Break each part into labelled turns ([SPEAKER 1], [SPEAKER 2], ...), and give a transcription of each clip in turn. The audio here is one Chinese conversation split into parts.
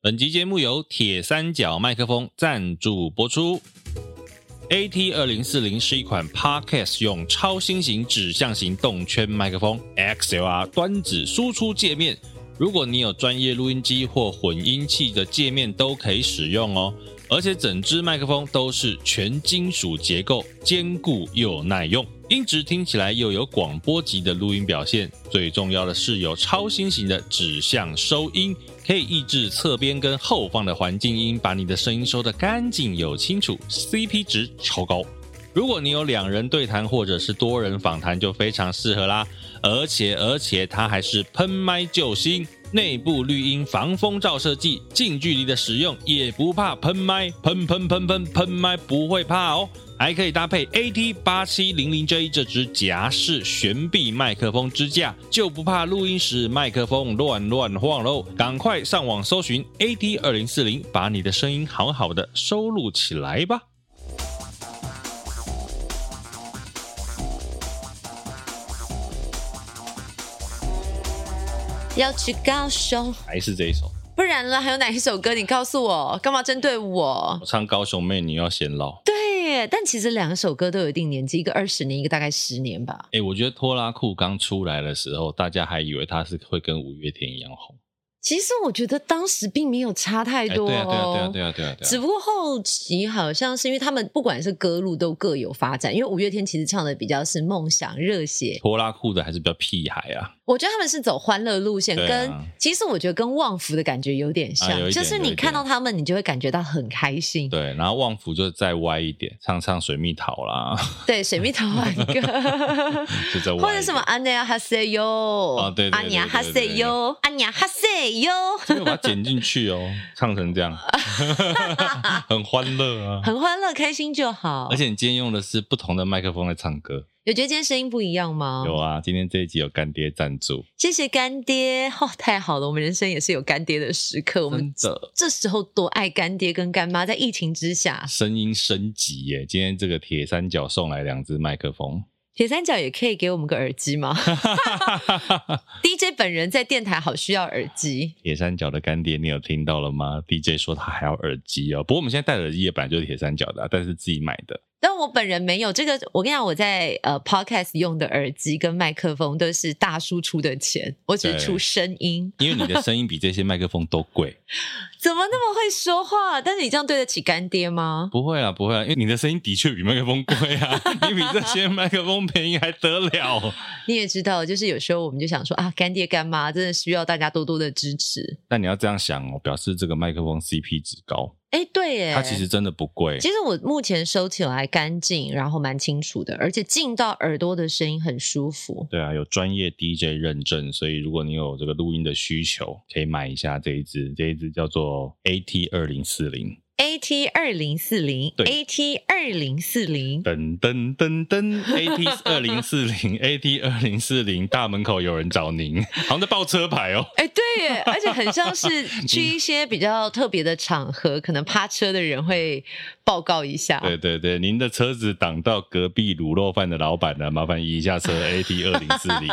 [SPEAKER 1] 本集节目由铁三角麦克风赞助播出。AT 二零四零是一款 Podcast 用超新型指向型动圈麦克风 XLR 端子输出界面，如果你有专业录音机或混音器的界面都可以使用哦。而且整支麦克风都是全金属结构，坚固又耐用，音质听起来又有广播级的录音表现。最重要的是有超新型的指向收音，可以抑制侧边跟后方的环境音，把你的声音收得干净又清楚，CP 值超高。如果你有两人对谈或者是多人访谈，就非常适合啦。而且而且它还是喷麦救星，内部绿音防风罩设计，近距离的使用也不怕喷麦，喷喷喷喷喷麦不会怕哦。还可以搭配 AT 八七零零 J 这支夹式悬臂麦克风支架，就不怕录音时麦克风乱乱晃喽。赶快上网搜寻 AT 二零四零，把你的声音好好的收录起来吧。
[SPEAKER 2] 要去高雄，
[SPEAKER 1] 还是这一首，
[SPEAKER 2] 不然了，还有哪一首歌？你告诉我，干嘛针对我？
[SPEAKER 1] 我唱高雄妹，你要显老。
[SPEAKER 2] 对耶，但其实两首歌都有一定年纪，一个二十年，一个大概十年吧。
[SPEAKER 1] 哎、我觉得拖拉库刚出来的时候，大家还以为他是会跟五月天一样红。
[SPEAKER 2] 其实我觉得当时并没有差太
[SPEAKER 1] 哎
[SPEAKER 2] 多、哦
[SPEAKER 1] 对啊，对啊，对啊，对啊，对啊，
[SPEAKER 2] 只
[SPEAKER 1] 对啊。
[SPEAKER 2] 不过后期好像是因为他们不管是歌路都各有发展，因为五月天其实唱的比较是梦想、热血，
[SPEAKER 1] 拖拉库的还是比较屁孩啊，
[SPEAKER 2] 我觉得他们是走欢乐路线，
[SPEAKER 1] 对啊
[SPEAKER 2] 跟其实我觉得跟旺福的感觉有点像，
[SPEAKER 1] 啊有一点
[SPEAKER 2] 就是
[SPEAKER 1] 有一
[SPEAKER 2] 你
[SPEAKER 1] 点
[SPEAKER 2] 看到他们，你就会感觉到很开 心。
[SPEAKER 1] 对。然后旺福就再歪一点，唱唱水蜜桃啦，
[SPEAKER 2] 对，水蜜桃挽歌。
[SPEAKER 1] 就再歪一点。
[SPEAKER 2] 或者什么安妮亚哈塞哟，哦
[SPEAKER 1] 对对对
[SPEAKER 2] 安妮亚哈塞哟，安妮亚哈塞哟，
[SPEAKER 1] 这个把它剪进去哦，唱成这 样，很欢乐啊。
[SPEAKER 2] 很欢乐开心就好。
[SPEAKER 1] 而且你今天用的是不同的麦克风在唱歌，
[SPEAKER 2] 有觉得今天声音不一样吗？
[SPEAKER 1] 有啊。今天这一集有干爹赞助，
[SPEAKER 2] 谢谢干爹，哦，太好了，我们人生也是有干爹的时刻，我们
[SPEAKER 1] 真的
[SPEAKER 2] 这时候多爱干爹跟干妈，在疫情之下，
[SPEAKER 1] 声音升级耶。今天这个铁三角送来两只麦克风，
[SPEAKER 2] 铁三角也可以给我们个耳 机吗？DJ 本人在电台好需要耳机，
[SPEAKER 1] 铁三角的干爹，你有听到了吗？DJ 说他还要耳机哦。不过我们现在戴耳机也本来就是铁三角的啊、但是自己买的。
[SPEAKER 2] 但我本人没有这个。我跟你讲，我在呃 Podcast 用的耳机跟麦克风都是大叔出的钱，我只
[SPEAKER 1] 对
[SPEAKER 2] 出声音。
[SPEAKER 1] 因为你的声音比这些麦克风都贵，
[SPEAKER 2] 怎么那么会说话？但是你这样对得起干爹吗？
[SPEAKER 1] 不会啊，不会啊，因为你的声音的确比麦克风贵啊， 你比这些麦克风便宜还得了？
[SPEAKER 2] 你也知道，就是有时候我们就想说啊，干爹干妈真的需要大家多多的支持。
[SPEAKER 1] 但你要这样想哦，表示这个麦克风 CP 值高，
[SPEAKER 2] 哎，对耶，
[SPEAKER 1] 它其实真的不贵。
[SPEAKER 2] 其实我目前收起来干净，然后蛮清楚的，而且进到耳朵的声音很舒服。
[SPEAKER 1] 对啊，有专业 DJ 认证，所以如果你有这个录音的需求，可以买一下这一支，这一支叫做 AT 二零四零。
[SPEAKER 2] AT 二零四零
[SPEAKER 1] 对
[SPEAKER 2] ，AT 二零四零，
[SPEAKER 1] 噔噔噔噔，AT 二零四零，AT 二零四零，大门口有人找您，好像在报车牌哦。
[SPEAKER 2] 哎，对耶，而且很像 是去一些比较特别的场合，可能趴车的人会报告一下。
[SPEAKER 1] 对对对，您的车子挡到隔壁卤肉饭的老板了，麻烦移一下 车，AT 二零啊四零。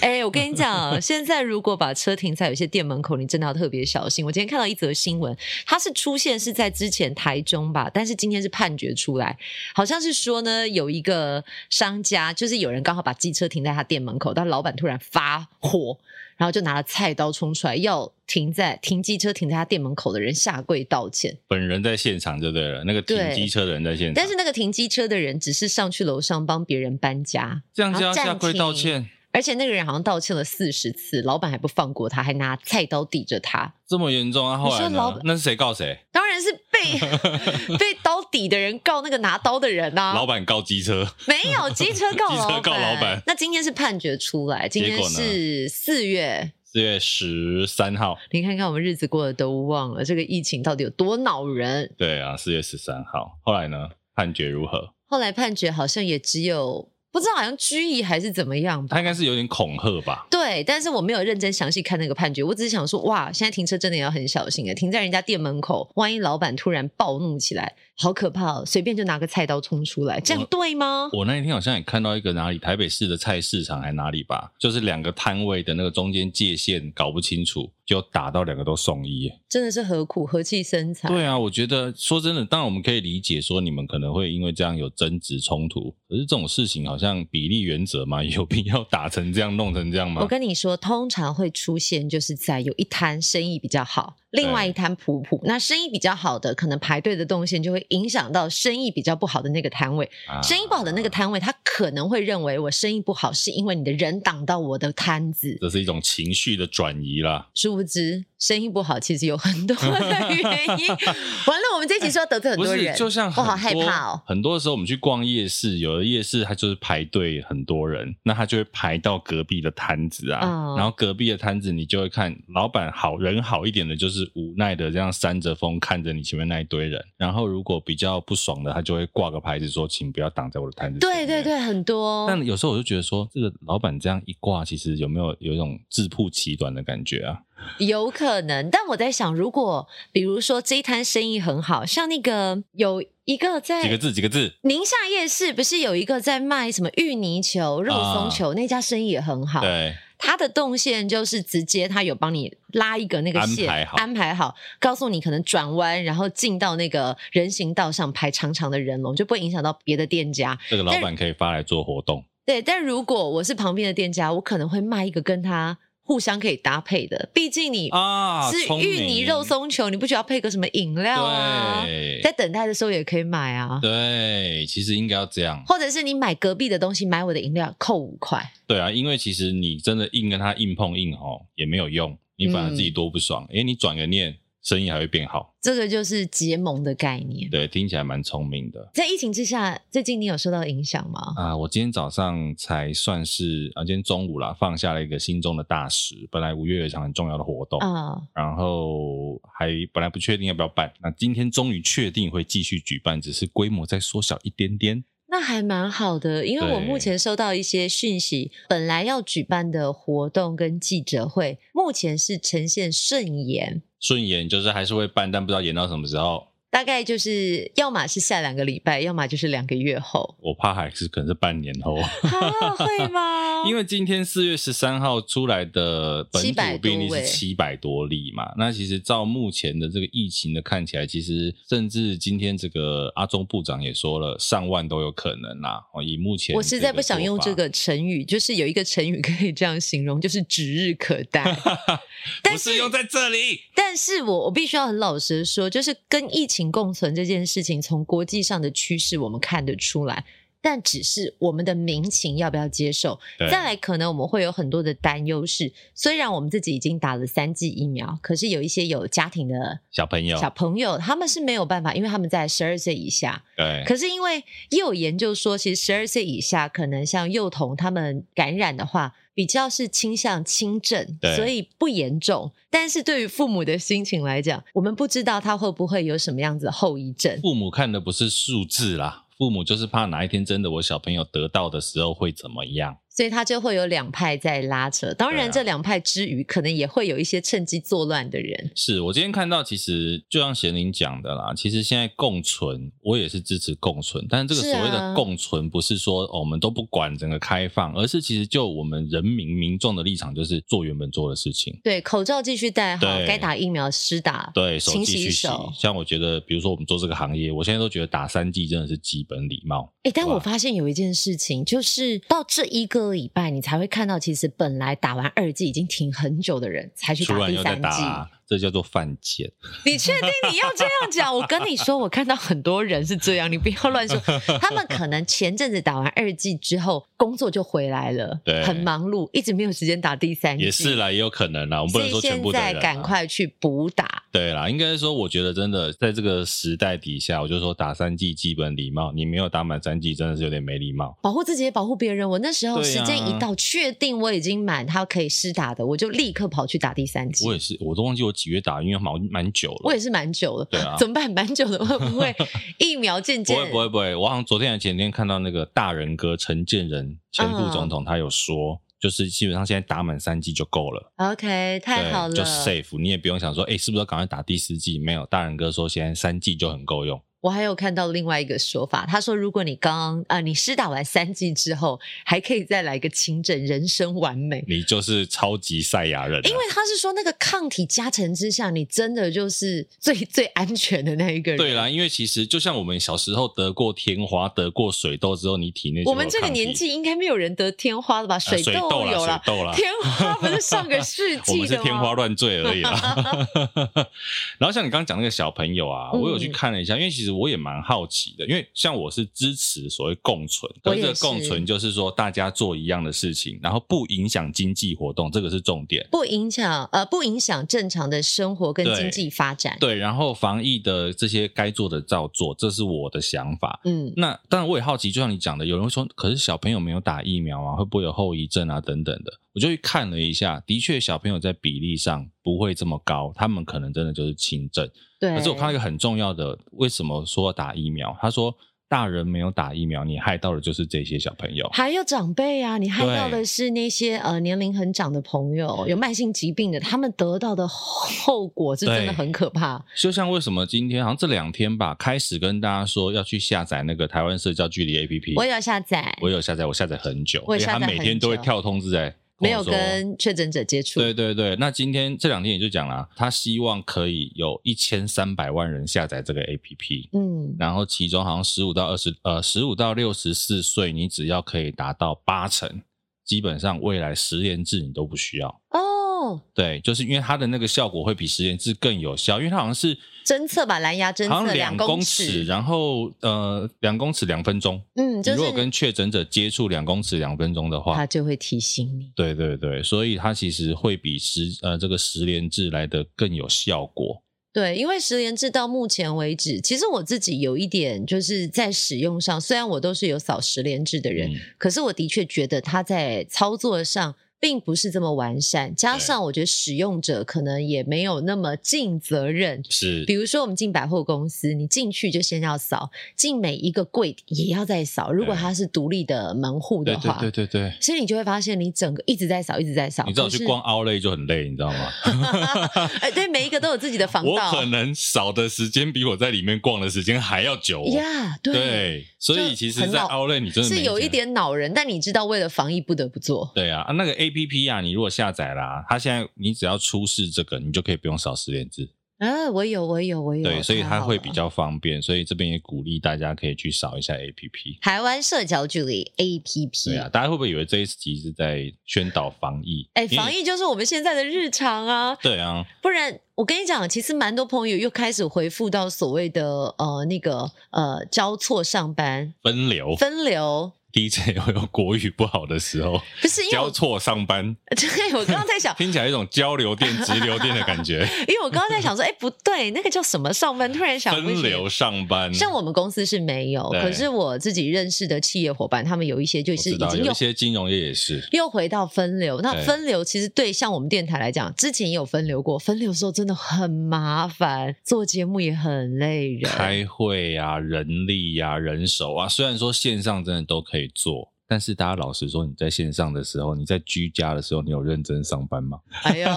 [SPEAKER 2] 哎，我跟你讲，现在如果把车停在有些店门口，你真的要特别小心。我今天看到一则新闻，它是出现是在之前台中吧，但是今天是判决出来，好像是说呢，有一个商家，就是有人刚好把机车停在他店门口，但老板突然发火，然后就拿了菜刀冲出来，要停在停机车停在他店门口的人下跪道歉。
[SPEAKER 1] 本人在现场就对了，那个停机车的人在现场，
[SPEAKER 2] 但是那个停机车的人只是上去楼上帮别人搬家，
[SPEAKER 1] 这样就要下跪道歉，
[SPEAKER 2] 而且那个人好像道歉了四十次，老板还不放过他，还拿菜刀抵着他。
[SPEAKER 1] 这么严重啊？后来
[SPEAKER 2] 你说老
[SPEAKER 1] 呢
[SPEAKER 2] 板？
[SPEAKER 1] 那是谁告谁？
[SPEAKER 2] 当然是 被被刀抵的人告那个拿刀的人呐、
[SPEAKER 1] 老
[SPEAKER 2] 啊，
[SPEAKER 1] 板告机车，
[SPEAKER 2] 没有机车告 老
[SPEAKER 1] 机车
[SPEAKER 2] 板。
[SPEAKER 1] 告老板
[SPEAKER 2] 那今天是判决出来，今
[SPEAKER 1] 结
[SPEAKER 2] 天
[SPEAKER 1] 果呢
[SPEAKER 2] 是四月，
[SPEAKER 1] 四月十三号。
[SPEAKER 2] 你看看我们日子过得都忘了，这个疫情到底有多恼人。
[SPEAKER 1] 对啊，四月十三号。后来呢？判决如何？
[SPEAKER 2] 后来判决好像也只有不知道好像拘役还是怎么样吧。
[SPEAKER 1] 他应该是有点恐吓吧？
[SPEAKER 2] 对，但是我没有认真详细看那个判决，我只是想说，哇，现在停车真的要很小心欸诶，停在人家店门口，万一老板突然暴怒起来，好可怕哦！随便就拿个菜刀冲出来，这样
[SPEAKER 1] 我
[SPEAKER 2] 对吗？
[SPEAKER 1] 我那一天好像也看到一个哪里台北市的菜市场还哪里吧，就是两个摊位的那个中间界限搞不清楚，就打到两个都送医耶。
[SPEAKER 2] 真的是何苦何气生财？
[SPEAKER 1] 对啊，我觉得说真的，当然我们可以理解说你们可能会因为这样有争执冲突，可是这种事情好像比例原则嘛，有必要打成这样弄成这样吗
[SPEAKER 2] 我？跟你说，通常会出现就是在有一摊生意比较好，另外一摊普普。那生意比较好的，可能排队的动线就会影响到生意比较不好的那个摊位。
[SPEAKER 1] 啊
[SPEAKER 2] 生意不好的那个摊位，他可能会认为我生意不好是因为你的人挡到我的摊子，
[SPEAKER 1] 这是一种情绪的转移啦。
[SPEAKER 2] 殊不知生意不好其实有很多的 原因。完了，我们这集说得罪很
[SPEAKER 1] 不
[SPEAKER 2] 多
[SPEAKER 1] 是
[SPEAKER 2] 人，，
[SPEAKER 1] 就像
[SPEAKER 2] 我好害
[SPEAKER 1] 很多
[SPEAKER 2] 怕哦。
[SPEAKER 1] 很多时候我们去逛夜市，有的夜市它就是排队很多人，那它就会排到隔壁的摊子啊，
[SPEAKER 2] 嗯
[SPEAKER 1] 然后隔壁的摊子你就会看老板好人好一点的，就是无奈的这样扇着风看着你前面那一堆人，然后如果比较不爽的，他就会挂个牌子说请不要挡在我的摊子。
[SPEAKER 2] 对对。对，很多。
[SPEAKER 1] 但有时候我就觉得说，这个老板这样一挂，其实有没有有一种自曝其短的感觉啊？
[SPEAKER 2] 有可能，但我在想，如果比如说这一摊生意很好，像那个有一个
[SPEAKER 1] 几个
[SPEAKER 2] 在
[SPEAKER 1] 字，几个字，
[SPEAKER 2] 宁夏夜市，不是有一个在卖什么芋泥球、肉松球，那家生意也很好。
[SPEAKER 1] 啊对，
[SPEAKER 2] 它的动线就是直接，它有帮你拉一个那个线，
[SPEAKER 1] 安排好
[SPEAKER 2] 排好告诉你可能转弯，然后进到那个人行道上排长长的人龙，就不会影响到别的店家。
[SPEAKER 1] 这个老板可以发来做活动。
[SPEAKER 2] 对，但如果我是旁边的店家，我可能会卖一个跟它互相可以搭配的，毕竟你
[SPEAKER 1] 啊，
[SPEAKER 2] 吃
[SPEAKER 1] 聪
[SPEAKER 2] 芋泥
[SPEAKER 1] 明
[SPEAKER 2] 肉松球，你不需要配个什么饮料啊？
[SPEAKER 1] 对
[SPEAKER 2] 在等待的时候也可以买啊，
[SPEAKER 1] 对，其实应该要这样。
[SPEAKER 2] 或者是你买隔壁的东西，买我的饮料扣五块。
[SPEAKER 1] 对啊，因为其实你真的硬跟他硬碰硬哦，也没有用，你反而自己多不爽。诶，你转个念，生意还会变好。
[SPEAKER 2] 这个就是结盟的概念。
[SPEAKER 1] 对，听起来蛮聪明的
[SPEAKER 2] 在疫情之下，最近你有受到影响吗？
[SPEAKER 1] 啊！我今天早上才算是啊，今天中午啦，放下了一个心中的大石。本来五月有一场很重要的活动，
[SPEAKER 2] 啊、
[SPEAKER 1] 然后还本来不确定要不要办，那今天终于确定会继续举办，只是规模再缩小一点点。
[SPEAKER 2] 那还蛮好的，因为我
[SPEAKER 1] 对
[SPEAKER 2] 目前收到一些讯息，本来要举办的活动跟记者会，目前是呈现顺延，
[SPEAKER 1] 顺延就是还是会办，但不知道延到什么时候。。
[SPEAKER 2] 大概就是要么是下两个礼拜，要么就是两个月后
[SPEAKER 1] 我怕还是可能是半年后，
[SPEAKER 2] 啊，会吗？
[SPEAKER 1] 因为今天四月十三号出来的本土
[SPEAKER 2] 700
[SPEAKER 1] 病例
[SPEAKER 2] 多
[SPEAKER 1] 是
[SPEAKER 2] 位
[SPEAKER 1] 七百多例嘛，那其实照目前的这个疫情的看起来，其实甚至今天这个阿中部长也说了，上万都有可能啦。哦，以目前
[SPEAKER 2] 我实在不想用这
[SPEAKER 1] 个
[SPEAKER 2] 个成语，就是有一个成语可以这样形容，就是指日可 待。
[SPEAKER 1] 做法，
[SPEAKER 2] 但
[SPEAKER 1] 不
[SPEAKER 2] 是
[SPEAKER 1] 是用在这里。
[SPEAKER 2] 但是我我必须要很老实的说，就是跟疫情共存这件事情，从国际上的趋势我们看得出来。但只是我们的民情要不要接受？
[SPEAKER 1] 对
[SPEAKER 2] 再来，可能我们会有很多的担忧是，虽然我们自己已经打了三剂疫苗，可是有一些有家庭的
[SPEAKER 1] 小朋友，
[SPEAKER 2] 小朋友，他们是没有办法，因为他们在十二岁以下，
[SPEAKER 1] 对
[SPEAKER 2] 可是因为也有研究说，其实十二岁以下，可能像幼童他们感染的话，比较是倾向轻症
[SPEAKER 1] 对，
[SPEAKER 2] 所以不严重。但是对于父母的心情来讲，我们不知道他会不会有什么样子的后遗症。
[SPEAKER 1] 父母看的不是数字啦，父母就是怕哪一天真的我小朋友得到的时候会怎么样。
[SPEAKER 2] 所以他就会有两派在拉扯。当
[SPEAKER 1] 对
[SPEAKER 2] 然，
[SPEAKER 1] 啊
[SPEAKER 2] 这两派之余，可能也会有一些趁机作乱的人。
[SPEAKER 1] 是我今天看到，其实就像贤玲讲的啦，其实现在共存，我也是支持共存，但是这个
[SPEAKER 2] 是
[SPEAKER 1] 所谓的
[SPEAKER 2] 啊
[SPEAKER 1] 共存，不是说、哦我们都不管整个开放，而是其实就我们人民民众的立场，就是做原本做的事情。
[SPEAKER 2] 对，口罩继续戴好
[SPEAKER 1] 对，
[SPEAKER 2] 该打疫苗施打。
[SPEAKER 1] 对，手
[SPEAKER 2] 勤
[SPEAKER 1] 继
[SPEAKER 2] 洗
[SPEAKER 1] 续洗
[SPEAKER 2] 手。
[SPEAKER 1] 像我觉得，比如说我们做这个行业，我现在都觉得打三剂真的是基本礼貌。
[SPEAKER 2] 哎，但
[SPEAKER 1] 哇
[SPEAKER 2] 我发现有一件事情，就是到这一个礼拜，你才会看到，其实本来打完二季已经停很久的人，才去
[SPEAKER 1] 突
[SPEAKER 2] 打
[SPEAKER 1] 然
[SPEAKER 2] 第
[SPEAKER 1] 又在
[SPEAKER 2] 三
[SPEAKER 1] 打、
[SPEAKER 2] 季。
[SPEAKER 1] 这叫做犯贱。
[SPEAKER 2] 你确定你要这样讲？我跟你说，我看到很多人是这样，你不要乱说。他们可能前阵子打完二季之后，工作就回来了
[SPEAKER 1] 对，
[SPEAKER 2] 很忙碌，一直没有时间打第三季。
[SPEAKER 1] 也是啦，也有可能啦，我们不
[SPEAKER 2] 所
[SPEAKER 1] 能
[SPEAKER 2] 以
[SPEAKER 1] 说全
[SPEAKER 2] 现
[SPEAKER 1] 部的人、
[SPEAKER 2] 在
[SPEAKER 1] 啊。
[SPEAKER 2] 赶快去补打。
[SPEAKER 1] 对啦，应该说，我觉得真的在这个时代底下，我就说打三剂基本礼貌，你没有打满三剂，真的是有点没礼貌。
[SPEAKER 2] 保护自己也保护别人。我那时候
[SPEAKER 1] 对
[SPEAKER 2] 时
[SPEAKER 1] 啊
[SPEAKER 2] 间一到，确定我已经满，他可以施打的，我就立刻跑去打第三剂。
[SPEAKER 1] 我也是，我都忘记我几月打，因为蛮蛮久
[SPEAKER 2] 我
[SPEAKER 1] 了。
[SPEAKER 2] 也是蛮久了，
[SPEAKER 1] 对啊
[SPEAKER 2] 怎么办？蛮久了会 不会疫苗渐
[SPEAKER 1] 不
[SPEAKER 2] 渐
[SPEAKER 1] 会不会不会，我好像昨天还前天看到那个大人哥陈建仁前副
[SPEAKER 2] 嗯
[SPEAKER 1] 总统，他有说，就是基本上现在打满三剂就够了，
[SPEAKER 2] ？OK，太好了，
[SPEAKER 1] 对就 safe，你也不用想说，哎、是不是要赶快打第四剂？没有，大人哥说现在三剂就很够用，
[SPEAKER 2] 我还有看到另外一个说法，他说，如果你刚啊、呃你施打完三剂之后，还可以再来个轻症，人生完美。
[SPEAKER 1] 你就是超级赛亚人、啊，
[SPEAKER 2] 因为他是说那个抗体加成之下，你真的就是最最安全的那一个人。
[SPEAKER 1] 对啦，因为其实就像我们小时候得过天花、得过水痘之后，你体内就
[SPEAKER 2] 我们
[SPEAKER 1] 有
[SPEAKER 2] 这个
[SPEAKER 1] 抗体
[SPEAKER 2] 年纪应该没有人得天花了吧？
[SPEAKER 1] 呃水
[SPEAKER 2] 痘
[SPEAKER 1] 痘
[SPEAKER 2] 有
[SPEAKER 1] 啦
[SPEAKER 2] 啦，，
[SPEAKER 1] 水痘 啦，
[SPEAKER 2] 天花不是上个 世
[SPEAKER 1] 我
[SPEAKER 2] 纪
[SPEAKER 1] 们是
[SPEAKER 2] 的吗？
[SPEAKER 1] 天花乱坠而已 啦。 然后像你刚刚讲那个小朋友啊，
[SPEAKER 2] 嗯
[SPEAKER 1] 我有去看了一下，因为其实我也蛮好奇的，因为像我是支持所谓共存，
[SPEAKER 2] 我
[SPEAKER 1] 可
[SPEAKER 2] 也
[SPEAKER 1] 是
[SPEAKER 2] 是
[SPEAKER 1] 这个共存就是说大家做一样的事情，然后不影响经济活动，这个是重点。
[SPEAKER 2] 不影响呃，不影响正常的生活跟
[SPEAKER 1] 对
[SPEAKER 2] 经济发展。
[SPEAKER 1] 对，然后防疫的这些该做的照做，这是我的想法。
[SPEAKER 2] 嗯，
[SPEAKER 1] 那当然，我也好奇，就像你讲的，有人会说，可是小朋友没有打疫苗啊，会不会有后遗症啊等等的？我就去看了一下，的确，小朋友在比例上不会这么高，他们可能真的就是轻症。
[SPEAKER 2] 对。
[SPEAKER 1] 可是我看到一个很重要的，为什么说要打疫苗？他说，大人没有打疫苗，你害到的就是这些小朋友。
[SPEAKER 2] 还有长辈啊，你害
[SPEAKER 1] 对
[SPEAKER 2] 到的是那些呃年龄很长的朋友，有慢性疾病的，他们得到的后果是真的
[SPEAKER 1] 对
[SPEAKER 2] 很可怕。
[SPEAKER 1] 就像为什么今天好像这两天吧，开始跟大家说要去下载那个台湾社交距离 APP。
[SPEAKER 2] 我也要下载，
[SPEAKER 1] 我有下载，我下载很久，
[SPEAKER 2] 我也
[SPEAKER 1] 因为
[SPEAKER 2] 下
[SPEAKER 1] 它
[SPEAKER 2] 载
[SPEAKER 1] 每天都会
[SPEAKER 2] 很久
[SPEAKER 1] 跳通知在
[SPEAKER 2] 没有
[SPEAKER 1] 跟我说
[SPEAKER 2] 跟确诊者接触。
[SPEAKER 1] 对对对，那今天这两天也就讲了，啊他希望可以有一千三百万人下载这个 APP，
[SPEAKER 2] 嗯，
[SPEAKER 1] 然后其中好像十五到二十呃十五到六十四岁，你只要可以达到八成，基本上未来十连制你都不需要。
[SPEAKER 2] 哦，
[SPEAKER 1] 对，就是因为它的那个效果会比十连制更有效，因为它好像是
[SPEAKER 2] 侦测吧，蓝牙侦
[SPEAKER 1] 好像
[SPEAKER 2] 测两
[SPEAKER 1] 两
[SPEAKER 2] 公
[SPEAKER 1] 公
[SPEAKER 2] 尺
[SPEAKER 1] 尺，然后呃两公尺两分钟，
[SPEAKER 2] 嗯，就
[SPEAKER 1] 你如
[SPEAKER 2] 是
[SPEAKER 1] 果跟确诊者接触两公尺两分钟的话，
[SPEAKER 2] 他就会提醒你。
[SPEAKER 1] 对对对，所以它其实会比十呃这个十连制来的更有效果。
[SPEAKER 2] 对，因为十连制到目前为止，其实我自己有一点就是在使用上，虽然我都是有扫十连制的人，
[SPEAKER 1] 嗯
[SPEAKER 2] 可是我的确觉得它在操作上并不是这么完善，加
[SPEAKER 1] 对
[SPEAKER 2] 上我觉得使用者可能也没有那么尽责任。
[SPEAKER 1] 是
[SPEAKER 2] 比如说，我们进百货公司，你进去就先要扫，进每一个柜也要再扫。如果
[SPEAKER 1] 对
[SPEAKER 2] 它是独立的门户
[SPEAKER 1] 对
[SPEAKER 2] 的
[SPEAKER 1] 对
[SPEAKER 2] 话，
[SPEAKER 1] 对对对。
[SPEAKER 2] 所以你就会发现你整个一直在扫，一直在扫。
[SPEAKER 1] 你知道我
[SPEAKER 2] 可
[SPEAKER 1] 去
[SPEAKER 2] 是
[SPEAKER 1] 逛， 奥莱就很累，你知道吗？
[SPEAKER 2] 哎，对，每一个都有自己的防
[SPEAKER 1] 我
[SPEAKER 2] 盗。
[SPEAKER 1] 可能少的时间比我在里面逛的时间还要久哦、
[SPEAKER 2] 呀
[SPEAKER 1] 对，所以其实，在
[SPEAKER 2] 很老
[SPEAKER 1] 奥莱你真的没
[SPEAKER 2] 是有一
[SPEAKER 1] 钱。
[SPEAKER 2] 点恼人，但你知道为了防疫不得不做。
[SPEAKER 1] 对啊，啊那个 A P P 啊，你如果下载啦，它现在你只要出示这个，你就可以不用扫十连制。
[SPEAKER 2] 啊，我有，我有，我有。
[SPEAKER 1] 对，所以
[SPEAKER 2] 太
[SPEAKER 1] 它
[SPEAKER 2] 好
[SPEAKER 1] 会
[SPEAKER 2] 了
[SPEAKER 1] 比。较方便，所以这边也鼓励大家可以去扫一下 A P P。
[SPEAKER 2] 台湾社交距离 APP。
[SPEAKER 1] 对啊，大家会不会以为这一集是在宣导防疫？
[SPEAKER 2] 哎、
[SPEAKER 1] 因为
[SPEAKER 2] 防疫就是我们现在的日常啊，
[SPEAKER 1] 对啊，
[SPEAKER 2] 不然我跟你讲，其实蛮多朋友又开始回复到所谓的呃那个呃交错上班
[SPEAKER 1] 分流
[SPEAKER 2] 分流，
[SPEAKER 1] DJ 会有国语不好的时候，
[SPEAKER 2] 不 是因为
[SPEAKER 1] 交
[SPEAKER 2] 我
[SPEAKER 1] 错上 班，
[SPEAKER 2] 对我刚刚在 想，
[SPEAKER 1] 听起来有一种交流电、直流电的感觉。
[SPEAKER 2] 因为我刚刚在想说，哎、不对，那个叫什么上班？突然 想不
[SPEAKER 1] 分
[SPEAKER 2] 起
[SPEAKER 1] 流上班，
[SPEAKER 2] 像我们公司是没有，
[SPEAKER 1] 对
[SPEAKER 2] 可是我自己认识的企业伙伴，他们有一些就
[SPEAKER 1] 我
[SPEAKER 2] 是
[SPEAKER 1] 知
[SPEAKER 2] 已
[SPEAKER 1] 道
[SPEAKER 2] 经
[SPEAKER 1] 有
[SPEAKER 2] 又
[SPEAKER 1] 一些金融业也是，
[SPEAKER 2] 又回到分流。那
[SPEAKER 1] 对
[SPEAKER 2] 分流其实对像我们电台来讲，之前也有分流过，分流的时候真的很麻烦，做节目也很累人。
[SPEAKER 1] 开会啊、人力啊、人手啊，虽然说线上真的都可以做。但是大家老实说，你在线上的时候，你在居家的时候，你有认真上班吗？
[SPEAKER 2] 哎呦，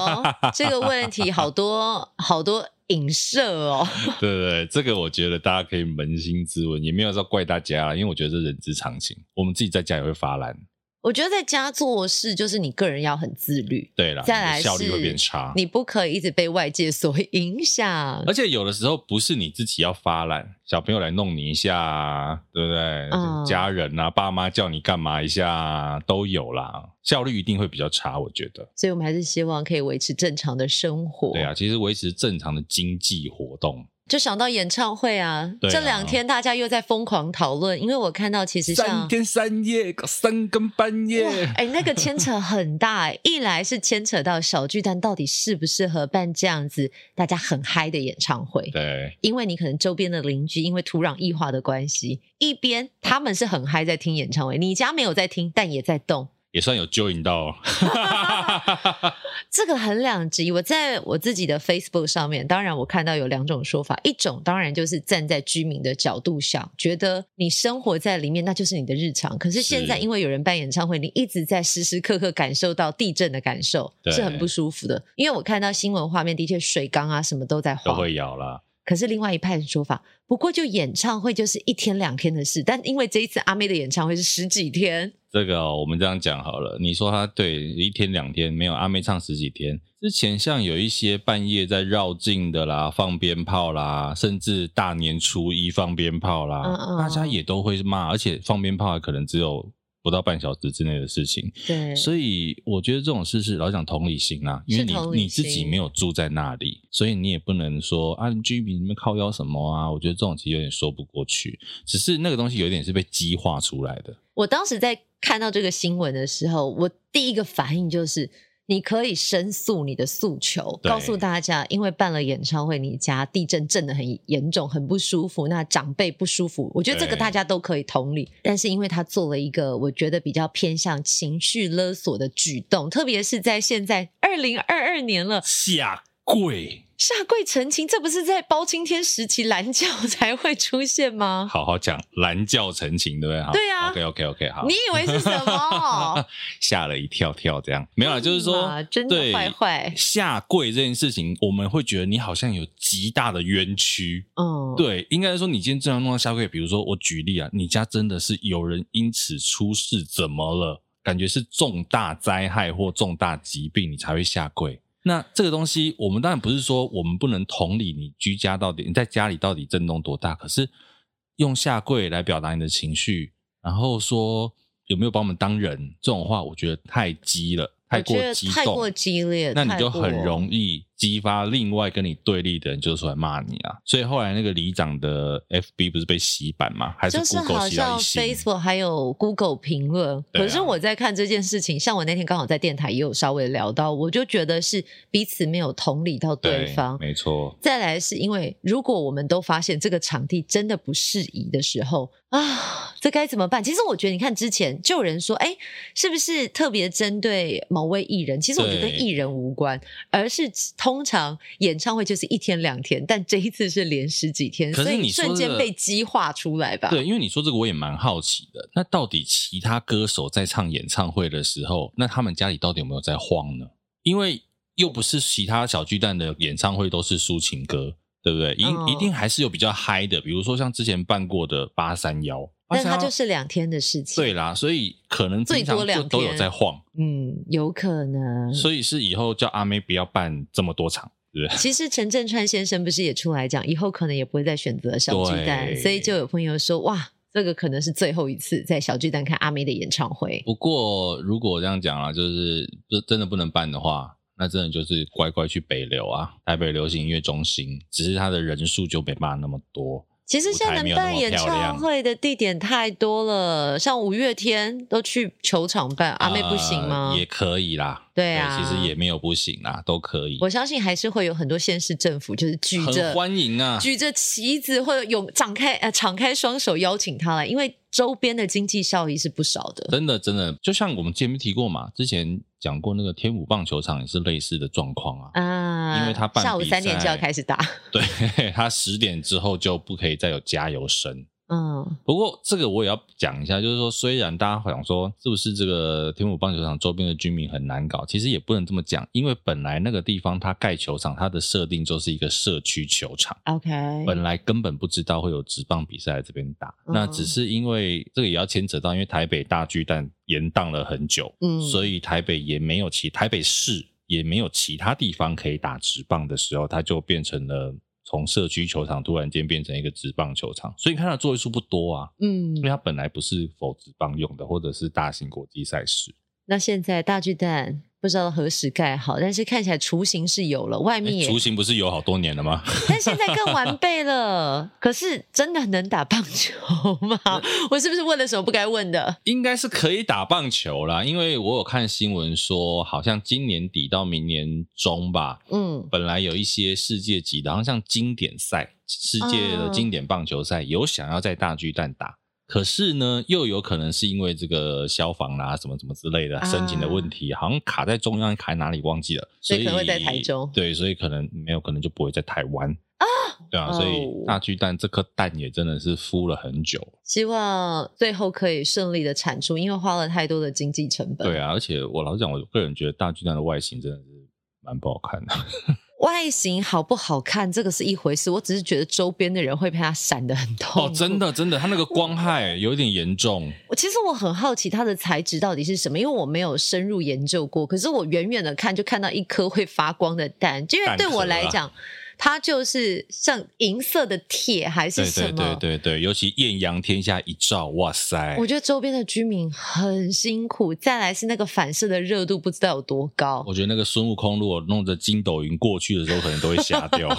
[SPEAKER 2] 这个问题好多好多影射哦。
[SPEAKER 1] 对对对，这个我觉得大家可以扪心自问，也没有说怪大家啦，因为我觉得这人之常情，我们自己在家也会发懒。
[SPEAKER 2] 我觉得在家做事就是你个人要很自律，
[SPEAKER 1] 对啦，
[SPEAKER 2] 再来
[SPEAKER 1] 你的效率
[SPEAKER 2] 是
[SPEAKER 1] 会变差。
[SPEAKER 2] 你不可以一直被外界所影响。
[SPEAKER 1] 啊而且有的时候不是你自己要发懒，小朋友来弄你一下啊，对不对？
[SPEAKER 2] 嗯
[SPEAKER 1] 家人啊，爸妈叫你干嘛一下啊都有啦，效率一定会比较差，我觉得。
[SPEAKER 2] 所以我们还是希望可以维持正常的生活。
[SPEAKER 1] 对啊，其实维持正常的经济活动，
[SPEAKER 2] 就想到演唱会啊，
[SPEAKER 1] 对啊
[SPEAKER 2] 这两天大家又在疯狂讨论，因为我看到其实像
[SPEAKER 1] 三天三夜，三更半夜
[SPEAKER 2] 哇，哎、那个牵扯很大、哎一来是牵扯到小巨蛋到底适不适合办这样子大家很嗨的演唱会。
[SPEAKER 1] 对
[SPEAKER 2] 因为你可能周边的邻居因为土壤异化的关系，一边他们是很嗨在听演唱会，你家没有在听，但也在动，
[SPEAKER 1] 也算有揪引到。
[SPEAKER 2] 这个很两极。我在我自己的 Facebook 上面，当然我看到有两种说法，一种当然就是站在居民的角度想，觉得你生活在里面，那就是你的日常。可是现在
[SPEAKER 1] 是
[SPEAKER 2] 因为有人办演唱会，你一直在时时刻刻感受到地震的感受，
[SPEAKER 1] 对
[SPEAKER 2] 是很不舒服的。因为我看到新闻画面，的确水缸啊什么都在
[SPEAKER 1] 都
[SPEAKER 2] 晃，
[SPEAKER 1] 会咬啦。
[SPEAKER 2] 可是另外一派的说法，不过就演唱会就是一天两天的事，但因为这一次阿妹的演唱会是十几天，
[SPEAKER 1] 这个、哦、我们这样讲好了，你说他对一天两天没有阿妹唱十几天，之前像有一些半夜在绕境的啦，放鞭炮啦，甚至大年初一放鞭炮啦，
[SPEAKER 2] 嗯嗯
[SPEAKER 1] 大家也都会骂，而且放鞭炮还可能只有不到半小时之内的事情，
[SPEAKER 2] 对
[SPEAKER 1] 所以我觉得这种事是老讲同理心啦，因为
[SPEAKER 2] 是同理
[SPEAKER 1] 你
[SPEAKER 2] 心
[SPEAKER 1] 你自己没有住在那里，所以你也不能说啊居民你们靠腰什么啊，我觉得这种其实有点说不过去，只是那个东西有点是被激化出来的。
[SPEAKER 2] 我当时在看到这个新闻的时候，我第一个反应就是，你可以申诉你的诉求，
[SPEAKER 1] 对
[SPEAKER 2] 告诉大家，因为办了演唱会，你家地震震得很严重，很不舒服，那长辈不舒服，我觉得这个
[SPEAKER 1] 对
[SPEAKER 2] 大家都可以同理。但是因为他做了一个我觉得比较偏向情绪勒索的举动，特别是在现在二零二二年了，
[SPEAKER 1] 下跪，
[SPEAKER 2] 下跪澄清，这不是在包青天时期蓝教才会出现吗？
[SPEAKER 1] 好好讲蓝教成情，对不对？好
[SPEAKER 2] 对啊
[SPEAKER 1] OK OK OK，好。
[SPEAKER 2] 你以为是什么？
[SPEAKER 1] 吓了一跳跳，这样 没有啦，啊就是说
[SPEAKER 2] 妈真的
[SPEAKER 1] 对
[SPEAKER 2] 坏坏
[SPEAKER 1] 下跪这件事情，我们会觉得你好像有极大的冤屈。
[SPEAKER 2] 嗯，
[SPEAKER 1] 对，应该说你今天这样弄到下跪，比如说我举例啊，你家真的是有人因此出事，怎么了？感觉是重大灾害或重大疾病，你才会下跪。那这个东西，我们当然不是说我们不能同理你居家到底你在家里到底震动多大，可是用下跪来表达你的情绪，然后说有没有把我们当人这种话，我觉得太激了，太
[SPEAKER 2] 我
[SPEAKER 1] 过
[SPEAKER 2] 觉得
[SPEAKER 1] 激
[SPEAKER 2] 太
[SPEAKER 1] 动
[SPEAKER 2] 过激烈，
[SPEAKER 1] 那你就
[SPEAKER 2] 太过
[SPEAKER 1] 很容易激发另外跟你对立的人就出来骂你啊。所以后来那个里长的 FB 不是被洗版吗？还是
[SPEAKER 2] 就是好
[SPEAKER 1] Google 洗到
[SPEAKER 2] 像
[SPEAKER 1] 一星？
[SPEAKER 2] Facebook 还有 Google 评论，
[SPEAKER 1] 对啊
[SPEAKER 2] 可是我在看这件事情，像我那天刚好在电台也有稍微聊到，我就觉得是彼此没有同理到对方。
[SPEAKER 1] 没错，
[SPEAKER 2] 再来是因为，如果我们都发现这个场地真的不适宜的时候啊，这该怎么办？其实我觉得，你看之前就有人说，哎，是不是特别针对某位艺人？其实我觉得
[SPEAKER 1] 对
[SPEAKER 2] 跟艺人无关，而是通常演唱会就是一天两天，但这一次是连十几天，
[SPEAKER 1] 可是
[SPEAKER 2] 所以
[SPEAKER 1] 你说
[SPEAKER 2] 瞬间
[SPEAKER 1] 的
[SPEAKER 2] 被激化出来吧？
[SPEAKER 1] 对，因为你说这个我也蛮好奇的。那到底其他歌手在唱演唱会的时候，那他们家里到底有没有在晃呢？因为又不是其他小巨蛋的演唱会都是抒情歌，对不对？一、
[SPEAKER 2] 嗯
[SPEAKER 1] 一定还是有比较嗨的，比如说像之前办过的八三幺，
[SPEAKER 2] 但它
[SPEAKER 1] 831
[SPEAKER 2] 就是两天的事情。
[SPEAKER 1] 对，啦，所以可能
[SPEAKER 2] 最
[SPEAKER 1] 平常
[SPEAKER 2] 多
[SPEAKER 1] 就
[SPEAKER 2] 两
[SPEAKER 1] 都有
[SPEAKER 2] 天
[SPEAKER 1] 在晃。
[SPEAKER 2] 嗯，有可能。
[SPEAKER 1] 所以是以后叫阿妹不要办这么多场，对不对？
[SPEAKER 2] 其实陈振川先生不是也出来讲，以后可能也不会再选择小巨蛋，
[SPEAKER 1] 对
[SPEAKER 2] 所以就有朋友说，哇，这个可能是最后一次在小巨蛋看阿妹的演唱会。
[SPEAKER 1] 不过如果这样讲啊，就是这真的不能办的话，那真的就是乖乖去北流啊，台北流行音乐中心，只是它的人数就没办法那么多。
[SPEAKER 2] 其实现在能办演唱会的地点太多了，像五月天都去球场办，阿妹不行吗？
[SPEAKER 1] 呃也可以啦，
[SPEAKER 2] 对啊
[SPEAKER 1] 其实也没有不行啦，都可以，
[SPEAKER 2] 我相信还是会有很多县市政府就是举着
[SPEAKER 1] 很欢迎啊。
[SPEAKER 2] 举着旗子或者有展开呃敞开双手邀请他来，因为周边的经济效益是不少的。
[SPEAKER 1] 真的，真的，就像我们前面提过嘛，之前讲过那个天舞棒球场也是类似的状况啊。
[SPEAKER 2] 啊，
[SPEAKER 1] 因为他办
[SPEAKER 2] 下午
[SPEAKER 1] 比
[SPEAKER 2] 三点就要
[SPEAKER 1] 赛
[SPEAKER 2] 开始打，
[SPEAKER 1] 对，它十点之后就不可以再有加油声。
[SPEAKER 2] 嗯，
[SPEAKER 1] 不过这个我也要讲一下，就是说，虽然大家会想说是不是这个天母棒球场周边的居民很难搞，其实也不能这么讲，因为本来那个地方它盖球场，它的设定就是一个社区球场。
[SPEAKER 2] OK，
[SPEAKER 1] 本来根本不知道会有职棒比赛在这边打，
[SPEAKER 2] 嗯
[SPEAKER 1] 那只是因为这个也要牵扯到，因为台北大巨蛋延宕了很久，
[SPEAKER 2] 嗯
[SPEAKER 1] 所以台北也没有其台北市也没有其他地方可以打职棒的时候，它就变成了从社区球场突然间变成一个职棒球场，所以你看它座位数不多啊，
[SPEAKER 2] 嗯
[SPEAKER 1] 因为，它本来不是否职棒用的，或者是大型国际赛事，
[SPEAKER 2] 那现在大巨蛋不知道何时盖好，但是看起来雏形是有了，外面
[SPEAKER 1] 诶
[SPEAKER 2] 也，
[SPEAKER 1] 哎雏形不是有好多年了吗？
[SPEAKER 2] 但现在更完备了。可是真的能打棒球吗？ 我是不是问了什么不该问的？
[SPEAKER 1] 应该是可以打棒球啦，因为我有看新闻说，好像今年底到明年中吧，
[SPEAKER 2] 嗯，
[SPEAKER 1] 本来有一些世界级的，好像像经典赛、世界
[SPEAKER 2] 嗯
[SPEAKER 1] 的经典棒球赛，有想要在大巨蛋打，可是呢，又有可能是因为这个消防啦、什么什么之类的
[SPEAKER 2] 啊
[SPEAKER 1] 申请的问题，好像卡在中央，卡在哪里忘记了，
[SPEAKER 2] 所
[SPEAKER 1] 所
[SPEAKER 2] 以可能会在台中
[SPEAKER 1] 对，所以可能没有，可能就不会在台湾啊，对啊，
[SPEAKER 2] 哦
[SPEAKER 1] 所以大巨蛋这颗蛋也真的是孵了很久。
[SPEAKER 2] 希望最后可以顺利的产出，因为花了太多的经济成本。
[SPEAKER 1] 对啊，而且我老实讲，我个人觉得大巨蛋的外形真的是蛮不好看的。
[SPEAKER 2] 外形好不好看这个是一回事，我只是觉得周边的人会被它闪得很痛
[SPEAKER 1] 哦， 真
[SPEAKER 2] 的，
[SPEAKER 1] 的真的，它那个光害有点严重。
[SPEAKER 2] 我其实我很好奇它的材质到底是什么，因为我没有深入研究过。可是我远远的看就看到一颗会发光的蛋，因为对
[SPEAKER 1] 啊
[SPEAKER 2] 我来讲，它就是像银色的铁还是
[SPEAKER 1] 对
[SPEAKER 2] 什
[SPEAKER 1] 对
[SPEAKER 2] 么。
[SPEAKER 1] 对对对，尤其艳阳天下一照，哇塞
[SPEAKER 2] 我！觉得周边的居民很辛苦，再来是那个反射的热度不知道有多高，
[SPEAKER 1] 我觉得那个孙悟空如果弄着筋斗云过去的时候，可能都会吓 掉。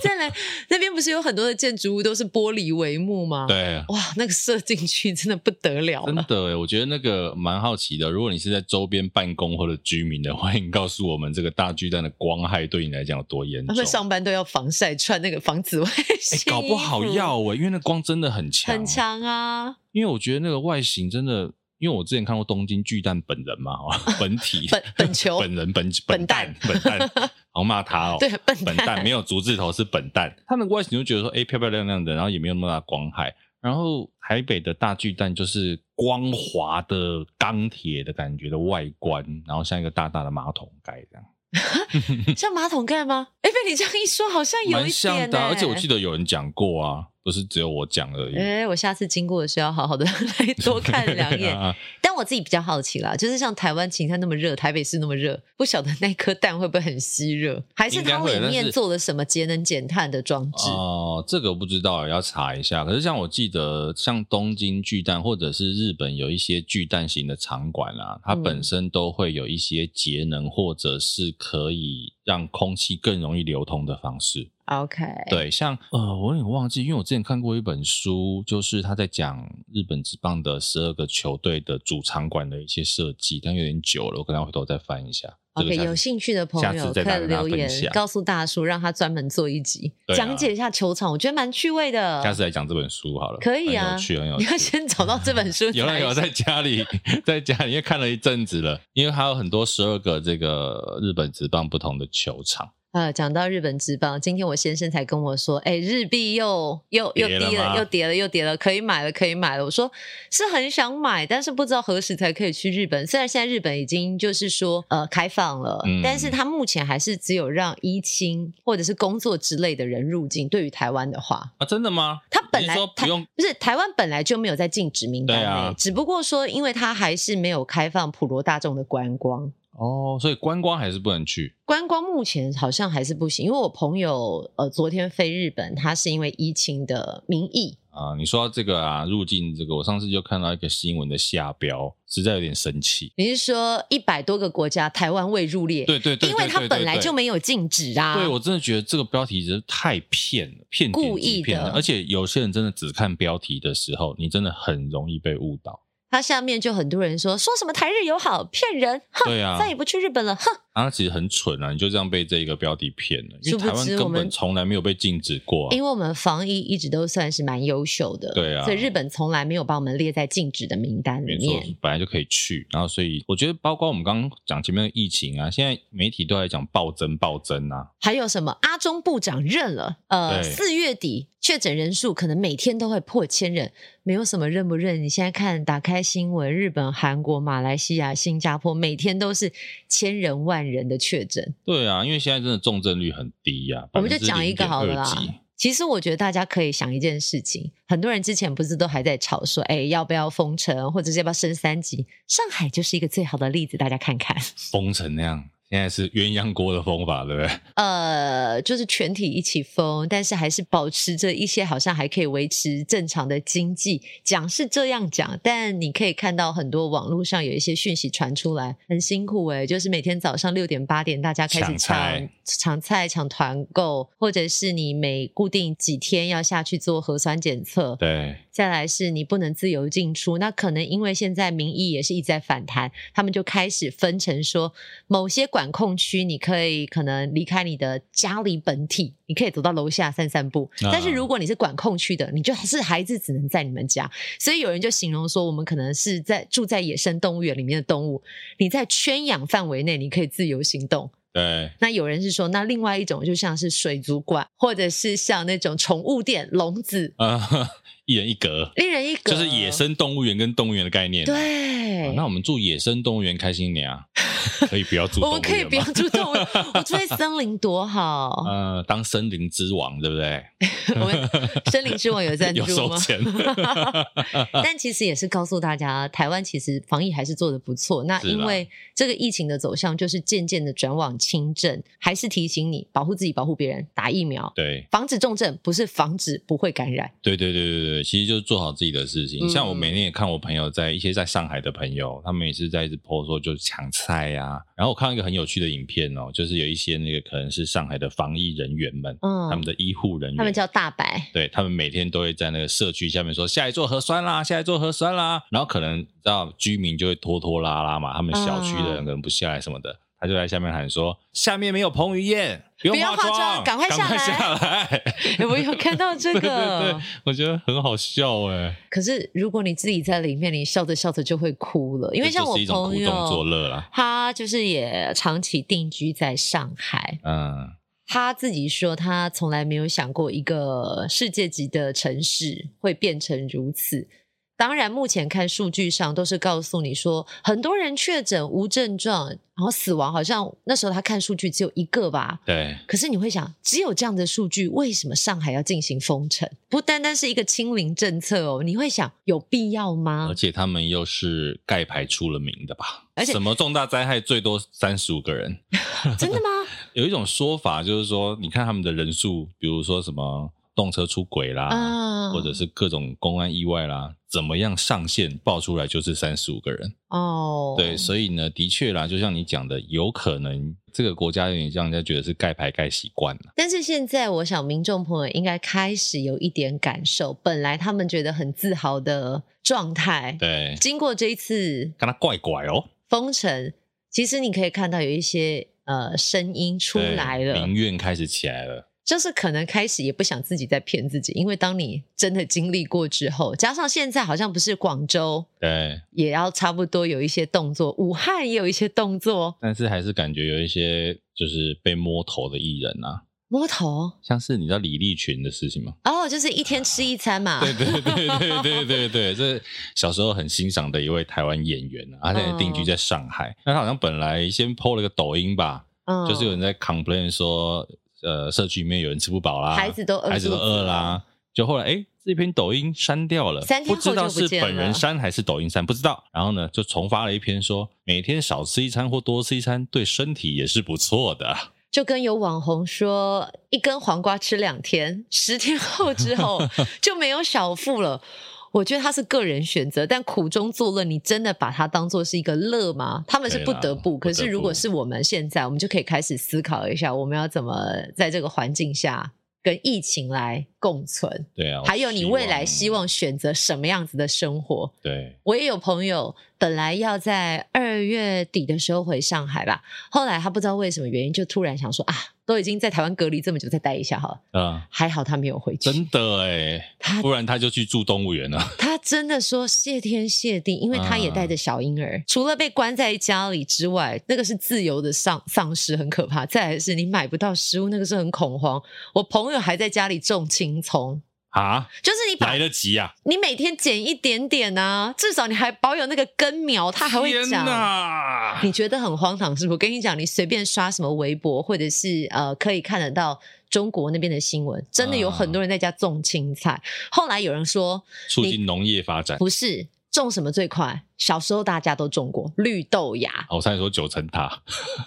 [SPEAKER 2] 再来那边不是有很多的建筑物都是玻璃帷幕吗？，
[SPEAKER 1] 对，
[SPEAKER 2] 哇，那个射进去真的不得了
[SPEAKER 1] 真
[SPEAKER 2] 了。
[SPEAKER 1] 的欸诶，我觉得那个蛮好奇的。如果你是在周边办公或者居民的，欢迎告诉我们这个大巨蛋的光害对你来讲有多严
[SPEAKER 2] 他
[SPEAKER 1] 重。
[SPEAKER 2] 们上班都要防晒，穿那个防紫外
[SPEAKER 1] 哎
[SPEAKER 2] 线、，
[SPEAKER 1] 搞不好要诶，因为那光真的很强，
[SPEAKER 2] 很。强啊，
[SPEAKER 1] 因为我觉得那个外形真的，因为我之前看过东京巨蛋本人嘛，哦 本体
[SPEAKER 2] 本本球
[SPEAKER 1] 本人本
[SPEAKER 2] 本蛋
[SPEAKER 1] 本蛋，好骂他哦。
[SPEAKER 2] 对笨
[SPEAKER 1] 本蛋没有竹字头是本蛋，它的外形就觉得说，哎、漂漂亮亮的，然后也没有那么大光害。然后台北的大巨蛋就是光滑的钢铁的感觉的外观，然后像一个大大的马桶盖这样，
[SPEAKER 2] 像马桶盖吗？哎，被你这样一说，好像有
[SPEAKER 1] 蛮
[SPEAKER 2] 一
[SPEAKER 1] 像
[SPEAKER 2] 点欸
[SPEAKER 1] 的
[SPEAKER 2] 呢、
[SPEAKER 1] 啊、而且我记得有人讲过啊，不是只有我讲而已。
[SPEAKER 2] 哎，我下次经过的时候要好好的来多看两 眼。
[SPEAKER 1] 啊
[SPEAKER 2] 但我自己比较好奇啦，就是像台湾晴天那么热，台北市那么热， 不晓得那颗蛋会不会很吸热，还是
[SPEAKER 1] 应该
[SPEAKER 2] 它
[SPEAKER 1] 会
[SPEAKER 2] 里
[SPEAKER 1] 但
[SPEAKER 2] 面
[SPEAKER 1] 是
[SPEAKER 2] 做了什么节能减碳的装置？
[SPEAKER 1] 哦，这个我不知道，要查一下。可是像我记得，像东京巨蛋或者是日本有一些巨蛋型的场馆啊，它
[SPEAKER 2] 嗯
[SPEAKER 1] 本身都会有一些节能或者是可以让空气更容易流通的方式。
[SPEAKER 2] OK，
[SPEAKER 1] 对，像呃，我有点忘记，因为我之前看过一本书，就是他在讲日本职棒的十二个球队的主场馆的一些设计，但有点久了，我可能要回头再翻一下。这个
[SPEAKER 2] OK，
[SPEAKER 1] 下次
[SPEAKER 2] 有兴趣的朋
[SPEAKER 1] 下次
[SPEAKER 2] 友可
[SPEAKER 1] 再拿
[SPEAKER 2] 以
[SPEAKER 1] 跟大家
[SPEAKER 2] 留
[SPEAKER 1] 分
[SPEAKER 2] 言
[SPEAKER 1] 享
[SPEAKER 2] 告诉大叔，让他专门做一集、
[SPEAKER 1] 对啊
[SPEAKER 2] 讲解一下球场，我觉得蛮趣味的。
[SPEAKER 1] 下次来讲这本书好了，
[SPEAKER 2] 啊可以
[SPEAKER 1] 很
[SPEAKER 2] 啊
[SPEAKER 1] 有趣，很有
[SPEAKER 2] 你
[SPEAKER 1] 趣。
[SPEAKER 2] 要先找到这本书才
[SPEAKER 1] 有
[SPEAKER 2] 行。
[SPEAKER 1] 了有，在家里， 在家里，因为看了一阵子了，因为还有很多十二个这个日本职棒不同的球场，
[SPEAKER 2] 呃，讲到日本职棒，今天我先生才跟我说，哎，日币又又又
[SPEAKER 1] 跌
[SPEAKER 2] 低
[SPEAKER 1] 了吗
[SPEAKER 2] 了，又跌了，又跌了，可以买了，可以买了。我说是很想买，但是不知道何时才可以去日本。虽然现在日本已经就是说呃开放了，
[SPEAKER 1] 嗯
[SPEAKER 2] 但是他目前还是只有让一亲或者是工作之类的人入境。对于台湾的话，
[SPEAKER 1] 啊，真的吗？
[SPEAKER 2] 他本
[SPEAKER 1] 你
[SPEAKER 2] 来
[SPEAKER 1] 是说
[SPEAKER 2] 台
[SPEAKER 1] 不用
[SPEAKER 2] 不是台湾本来就没有在禁止名单内，
[SPEAKER 1] 对啊
[SPEAKER 2] 只不过说因为它还是没有开放普罗大众的观光。
[SPEAKER 1] 哦，所以观光还是不能去
[SPEAKER 2] 观光目前好像还是不行，因为我朋友呃昨天飞日本，他是因为疫情的名义，
[SPEAKER 1] 啊。你说到这个啊，入境这个，我上次就看到一个新闻的下标，实在有点生气。
[SPEAKER 2] 你是说一百多个国家台湾未入列？
[SPEAKER 1] 对对对，
[SPEAKER 2] 因为
[SPEAKER 1] 对
[SPEAKER 2] 它
[SPEAKER 1] 对
[SPEAKER 2] 本
[SPEAKER 1] 对
[SPEAKER 2] 来
[SPEAKER 1] 对
[SPEAKER 2] 就没有禁止啊。
[SPEAKER 1] 对我真的觉得这个标题真是太骗了，骗点
[SPEAKER 2] 故意
[SPEAKER 1] 击骗
[SPEAKER 2] 的
[SPEAKER 1] 了而且有些人真的只看标题的时候，你真的很容易被误导。
[SPEAKER 2] 他下面就很多人说说什么台日友好骗人，哼，
[SPEAKER 1] 对啊，
[SPEAKER 2] 再也不去日本了，哼。
[SPEAKER 1] 啊，他其实很蠢啊，你就这样被这一个标题骗了，因
[SPEAKER 2] 殊
[SPEAKER 1] 为
[SPEAKER 2] 不
[SPEAKER 1] 台湾
[SPEAKER 2] 知我
[SPEAKER 1] 根
[SPEAKER 2] 们
[SPEAKER 1] 本从来没有被禁止过、啊
[SPEAKER 2] 因。为我们防疫一直都算是蛮优秀的，
[SPEAKER 1] 对啊
[SPEAKER 2] 所以日本从来没有把我们列在禁止的名单里
[SPEAKER 1] 没错
[SPEAKER 2] 面。，
[SPEAKER 1] 本来就可以去，然后所以我觉得，包括我们刚刚讲前面的疫情啊，现在媒体都在讲暴增暴增啊，
[SPEAKER 2] 还有什么？阿中部长认了，呃，
[SPEAKER 1] 对
[SPEAKER 2] 四月底确诊人数可能每天都会破千人，没有什么认不认。你现在看，打开新闻，日本、韩国、马来西亚、新加坡，每天都是千人、万人的确诊。
[SPEAKER 1] 对啊，因为现在真的重症率很低呀、啊，
[SPEAKER 2] 我们就讲一个好了啦
[SPEAKER 1] 0.2几。
[SPEAKER 2] 其实我觉得大家可以想一件事情，很多人之前不是都还在吵说，哎，要不要封城，或者是要不要升三级？上海就是一个最好的例子，大家看看。
[SPEAKER 1] 封成那样，现在是鸳鸯锅的封法，对不对？
[SPEAKER 2] 呃，就是全体一起封，但是还是保持着一些好像还可以维持正常的经济。讲是这样讲，但你可以看到很多网络上有一些讯息传出来，很辛苦诶、就是每天早上六点八点大家开始
[SPEAKER 1] 抢菜
[SPEAKER 2] 抢抢菜、抢团购，或者是你每固定几天要下去做核酸检测，
[SPEAKER 1] 对，
[SPEAKER 2] 再来是你不能自由进出，那可能因为现在民意也是一直在反弹，他们就开始分成说，某些管控区你可以可能离开你的家里本体，你可以走到楼下散散步，
[SPEAKER 1] 啊
[SPEAKER 2] 但是如果你是管控区的，你就是孩子只能在你们家，所以有人就形容说，我们可能是在住在野生动物园里面的动物，你在圈养范围内你可以自由行动，
[SPEAKER 1] 对，
[SPEAKER 2] 那有人是说，那另外一种就像是水族馆，或者是像那种宠物店笼子。
[SPEAKER 1] 啊、 一人一格，
[SPEAKER 2] 一人一格，
[SPEAKER 1] 就是野生动物园跟动物园的概念、啊。
[SPEAKER 2] 对，
[SPEAKER 1] 啊那我们住野生动物园开心点啊！可以不要住动
[SPEAKER 2] 我
[SPEAKER 1] 物
[SPEAKER 2] 们可以
[SPEAKER 1] 园
[SPEAKER 2] 不要
[SPEAKER 1] 吗
[SPEAKER 2] 住动物园，我住在森林多好。
[SPEAKER 1] 呃，当森林之王，对不对？
[SPEAKER 2] 我们森林之王有赞
[SPEAKER 1] 有
[SPEAKER 2] 助
[SPEAKER 1] 收
[SPEAKER 2] 吗？
[SPEAKER 1] 钱，
[SPEAKER 2] 但其实也是告诉大家，台湾其实防疫还是做得不错。那
[SPEAKER 1] 是啦
[SPEAKER 2] 因为这个疫情的走向，就是渐渐的转往轻症，还是提醒你保护自己、保护别人，打疫苗，
[SPEAKER 1] 对。
[SPEAKER 2] 防止重症，不是防止不会感染。
[SPEAKER 1] 对对对对对，其实就是做好自己的事情。
[SPEAKER 2] 嗯
[SPEAKER 1] 像我每天也看我朋友在一些在上海的朋友，他们也是在一直 po 说就是抢菜啊。然后我看到一个很有趣的影片哦，就是有一些那个可能是上海的防疫人员们，
[SPEAKER 2] 嗯
[SPEAKER 1] 他们的医护人员，
[SPEAKER 2] 他们叫大 白，
[SPEAKER 1] 对他们每天都会在那个社区下面说下一座核酸啦，下一座核酸啦，然后可能你知道居民就会拖拖拉拉嘛，他们小区
[SPEAKER 2] 嗯
[SPEAKER 1] 的人可能不下来什么的，他就在下面喊说下面没有彭于晏，不
[SPEAKER 2] 不
[SPEAKER 1] 用
[SPEAKER 2] 要化
[SPEAKER 1] 妆，
[SPEAKER 2] 妆赶快下来
[SPEAKER 1] 下来
[SPEAKER 2] 我有看到这
[SPEAKER 1] 对
[SPEAKER 2] 个。
[SPEAKER 1] 对对，我觉得很好笑哎、
[SPEAKER 2] 可是如果你自己在里面，你笑着笑着就会哭了，因为像
[SPEAKER 1] 这
[SPEAKER 2] 我
[SPEAKER 1] 就是一种
[SPEAKER 2] 朋
[SPEAKER 1] 苦中作
[SPEAKER 2] 友，
[SPEAKER 1] 乐啦，
[SPEAKER 2] 他就是也长期定居在上海，
[SPEAKER 1] 嗯，
[SPEAKER 2] 他自己说，他从来没有想过一个世界级的城市会变成如此。当然，目前看数据上都是告诉你说，很多人确诊无症状，然后死亡好像那时候他看数据只有一个吧。
[SPEAKER 1] 对，
[SPEAKER 2] 可是你会想，只有这样的数据，为什么上海要进行封城？不单单是一个清零政策哦，你会想有必要 吗
[SPEAKER 1] 而？且他们又是盖牌出了名的吧，
[SPEAKER 2] 嗯而且
[SPEAKER 1] 什么重大灾害最多三十五个人，
[SPEAKER 2] 真的吗？
[SPEAKER 1] 有一种说法就是说，你看他们的人数，比如说什么动车出轨啦，
[SPEAKER 2] 啊
[SPEAKER 1] 或者是各种公安意外啦，怎么样上限报出来就是三十五个人。
[SPEAKER 2] 哦，
[SPEAKER 1] 对，所以呢，的确啦，就像你讲的，有可能这个国家有点让人家觉得是盖牌盖习惯了。
[SPEAKER 2] 但是现在，我想民众朋友应该开始有一点感受，本来他们觉得很自豪的状态，
[SPEAKER 1] 对，
[SPEAKER 2] 经过这一次
[SPEAKER 1] 跟他怪怪哦，
[SPEAKER 2] 封城，其实你可以看到有一些呃声音出
[SPEAKER 1] 对
[SPEAKER 2] 来了
[SPEAKER 1] 民，怨开始起来了。
[SPEAKER 2] 就是可能开始也不想自己在骗自己，因为当你真的经历过之后，加上现在好像不是广州
[SPEAKER 1] 对，
[SPEAKER 2] 也要差不多有一些动作，武汉也有一些动作，
[SPEAKER 1] 但是还是感觉有一些就是被摸头的艺人啊，
[SPEAKER 2] 摸头
[SPEAKER 1] 像是你知道李立群的事情吗？
[SPEAKER 2] 哦，就是一天吃一餐嘛，
[SPEAKER 1] 对 对对对对对对，这小时候很欣赏的一位台湾演员啊，他现在定
[SPEAKER 2] 嗯
[SPEAKER 1] 居在上海。那他好像本来先 PO 了个抖音吧，
[SPEAKER 2] 嗯
[SPEAKER 1] 就是有人在 complain 说，呃，社区里面有人吃不饱啦，
[SPEAKER 2] 孩子都饿，
[SPEAKER 1] 啊孩子都饿啦。。就后来，哎，这篇抖音删掉了，
[SPEAKER 2] 三天后
[SPEAKER 1] 知道
[SPEAKER 2] 就不
[SPEAKER 1] 是
[SPEAKER 2] 见
[SPEAKER 1] 本人
[SPEAKER 2] 了
[SPEAKER 1] 删还是抖音删，不知道。然后呢，就重发了一篇说，每天少吃一餐或多吃一餐，对身体也是不错的。
[SPEAKER 2] 就跟有网红说，一根黄瓜吃两天，十天后之 后就没有小腹了。我觉得他是个人选择，但苦中作乐，你真的把它当做是一个乐吗？他们是不得不，
[SPEAKER 1] 对
[SPEAKER 2] 可
[SPEAKER 1] 啦
[SPEAKER 2] 是如果是我们现在，我们就可以开始思考一下，我们要怎么在这个环境下跟疫情来共存，
[SPEAKER 1] 对啊，我
[SPEAKER 2] 还有你未来希
[SPEAKER 1] 希
[SPEAKER 2] 望选择什么样子的生活。
[SPEAKER 1] 对
[SPEAKER 2] 我也有朋友本来要在二月底的时候回上海吧，后来他不知道为什么原因，就突然想说啊，都已经在台湾隔离这么久，再待一下好了。
[SPEAKER 1] 啊、
[SPEAKER 2] 还好他没有回去，
[SPEAKER 1] 真的哎，
[SPEAKER 2] 他
[SPEAKER 1] 不然他就去住动物园了。
[SPEAKER 2] 他真的说谢天谢地，因为他也带
[SPEAKER 1] 啊
[SPEAKER 2] 着小婴儿，除了被关在家里之外，那个是自由的丧丧失，很可怕。再来是你买不到食物，那个是很恐慌。我朋友还在家里种青葱，
[SPEAKER 1] 啊，
[SPEAKER 2] 就是你把
[SPEAKER 1] 来得及啊呀、
[SPEAKER 2] 你每天剪一点点啊，至少你还保有那个根苗，他
[SPEAKER 1] 啊！
[SPEAKER 2] 还会
[SPEAKER 1] 天
[SPEAKER 2] 讲。
[SPEAKER 1] 哪
[SPEAKER 2] 你觉得很荒唐是不是？我跟你讲，你随便刷什么微博，或者是呃，可以看得到中国那边的新闻，真的有很多人在家种青菜。 后来有人说
[SPEAKER 1] 促进农业发展。
[SPEAKER 2] 不是种什么最快，小时候大家都种过绿豆芽、
[SPEAKER 1] 哦我差点说九层塔，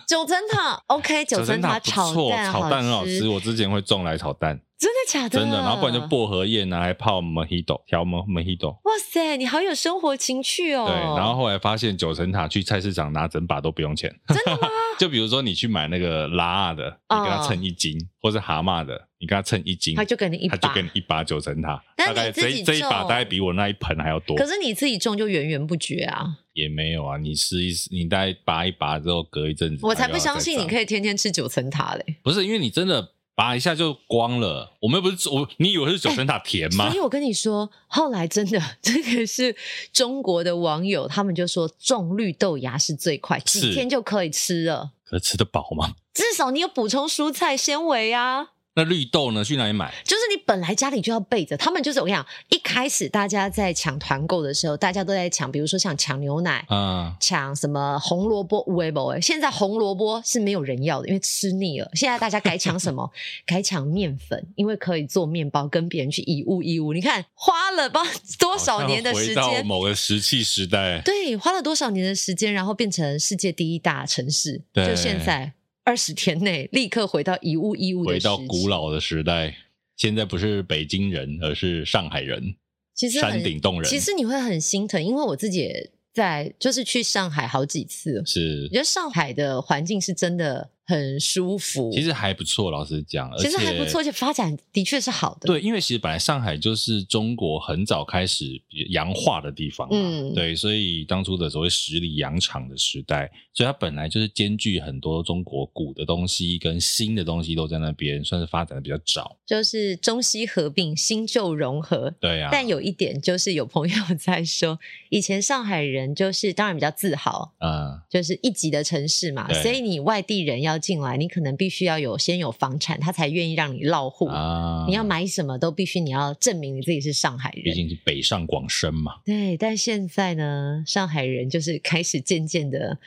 [SPEAKER 2] 九层 塔。OK，九层塔
[SPEAKER 1] 不错，
[SPEAKER 2] 蛋
[SPEAKER 1] 炒蛋很好吃，
[SPEAKER 2] 吃，
[SPEAKER 1] 我之前会种来炒蛋，
[SPEAKER 2] 真的假的？
[SPEAKER 1] 真的。然后不然就。薄荷叶拿来泡 mojito 调 mo- mojito，
[SPEAKER 2] 哇塞，你好有生活情趣哦！
[SPEAKER 1] 对。然后后来发现九层塔去菜市场拿整把都不用钱，
[SPEAKER 2] 真的吗？
[SPEAKER 1] 就比如说你去买那个拉啊的，你给它
[SPEAKER 2] 嗯
[SPEAKER 1] 称一斤，或是蛤蟆的，你给它称一斤，
[SPEAKER 2] 他就给你一
[SPEAKER 1] 它
[SPEAKER 2] 把，
[SPEAKER 1] 就给你一把九层塔，
[SPEAKER 2] 那
[SPEAKER 1] 大
[SPEAKER 2] 你
[SPEAKER 1] 概
[SPEAKER 2] 自
[SPEAKER 1] 这
[SPEAKER 2] 己
[SPEAKER 1] 一这一把
[SPEAKER 2] 种
[SPEAKER 1] 大概比我那一盆还要多。
[SPEAKER 2] 可是你自己种就源源不绝啊！
[SPEAKER 1] 也没有啊，你吃一吃，你大概拔一拔之后，隔一阵子，
[SPEAKER 2] 我才不相信你
[SPEAKER 1] 以。
[SPEAKER 2] 可以天天吃九层塔嘞。
[SPEAKER 1] 不是因为你真的拔一下就光了，我们又不是我，你以为是九层塔甜吗
[SPEAKER 2] 哎所以？我跟你说，后来真的，这个是中国的网友，他们就说种绿豆芽是最快，
[SPEAKER 1] 是
[SPEAKER 2] 几天就可以吃了。
[SPEAKER 1] 可是吃得饱吗？
[SPEAKER 2] 至少你有补充蔬菜纤维啊，
[SPEAKER 1] 那绿豆呢？去哪里买？
[SPEAKER 2] 就是你本来家里就要备着，他们就是我跟你讲，一开始大家在抢团购的时候，大家都在抢，比如说像抢牛奶、
[SPEAKER 1] 啊、
[SPEAKER 2] 抢什么红萝卜、无为不现在红萝卜是没有人要的，因为吃腻了。现在大家改抢什么？ 改抢面粉，因为可以做面包，跟别人去以物易物。你看花 了吧多少年的时
[SPEAKER 1] 好像回到
[SPEAKER 2] 间？
[SPEAKER 1] 某个石器时代，
[SPEAKER 2] 对，花了多少年的时间，然后变成世界第一大城市？
[SPEAKER 1] 对
[SPEAKER 2] 就现在二十天内立刻回到以物易物的
[SPEAKER 1] 回
[SPEAKER 2] 时
[SPEAKER 1] 到古
[SPEAKER 2] 老，
[SPEAKER 1] 老的时代。现在不是北京人，而是上海人、
[SPEAKER 2] 其实很
[SPEAKER 1] 山顶洞人。
[SPEAKER 2] 其实你会很心疼，因为我自己也在就是去上海好几次，
[SPEAKER 1] 是
[SPEAKER 2] 我觉得上海的环境是真的很舒服，
[SPEAKER 1] 其实还不错，老实讲，而且
[SPEAKER 2] 其实还不错，而且发展的确是好的。，
[SPEAKER 1] 对，因为其实本来上海就是中国很早开始洋化的地方嘛，
[SPEAKER 2] 嗯
[SPEAKER 1] 对，所以当初的所谓十里洋场的时代，所以它本来就是兼具很多中国古的东西跟新的东西都在那边，算是发展的比较早。
[SPEAKER 2] 就是中西合并，新旧融合。
[SPEAKER 1] 对啊，
[SPEAKER 2] 但有一点就是，有朋友 在说，以前上海人就是当然比较自豪，
[SPEAKER 1] 嗯，
[SPEAKER 2] 就是一级的城市嘛，
[SPEAKER 1] 对
[SPEAKER 2] 所以你外地人要进来，你可能必须要有先有房产，他才愿意让你落户。
[SPEAKER 1] 啊，
[SPEAKER 2] 你要，买什么都必须你要证明你自己是上海
[SPEAKER 1] 毕
[SPEAKER 2] 人。
[SPEAKER 1] 竟是北上广深嘛，
[SPEAKER 2] 对，但现在呢，上海人就是开始渐渐的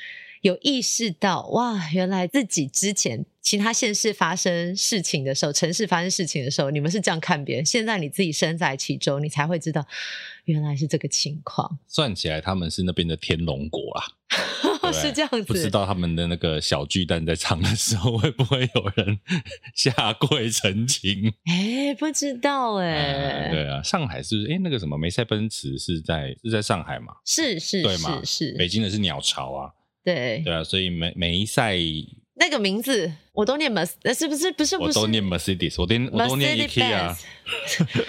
[SPEAKER 2] 有意识到，哇，原来自己之前其他县市发生事情的时候，城市发生事情的时候，你们是这样看别人，现在你自己身在其中，你才会知道原来是这个情况，
[SPEAKER 1] 算起来他们是那边的天龙国啦。对
[SPEAKER 2] 是这样子。
[SPEAKER 1] 不知道他们的那个小巨蛋在唱的时候，会不会有人 下跪成亲？
[SPEAKER 2] 哎，不知道
[SPEAKER 1] 嗯
[SPEAKER 2] 哎、
[SPEAKER 1] 对啊，上海是不是？哎，那个什么梅赛奔驰是在是在上海嘛？
[SPEAKER 2] 是是
[SPEAKER 1] 对嘛
[SPEAKER 2] 是是，
[SPEAKER 1] 北京的是鸟巢啊，
[SPEAKER 2] 对，
[SPEAKER 1] 对啊，所以梅梅赛
[SPEAKER 2] 那个名字我都念 Merc，呃是不是不是不
[SPEAKER 1] 我
[SPEAKER 2] 是
[SPEAKER 1] 都念 Mercedes，我都念我都念 IKEA，啊
[SPEAKER 2] Mercedes-Benz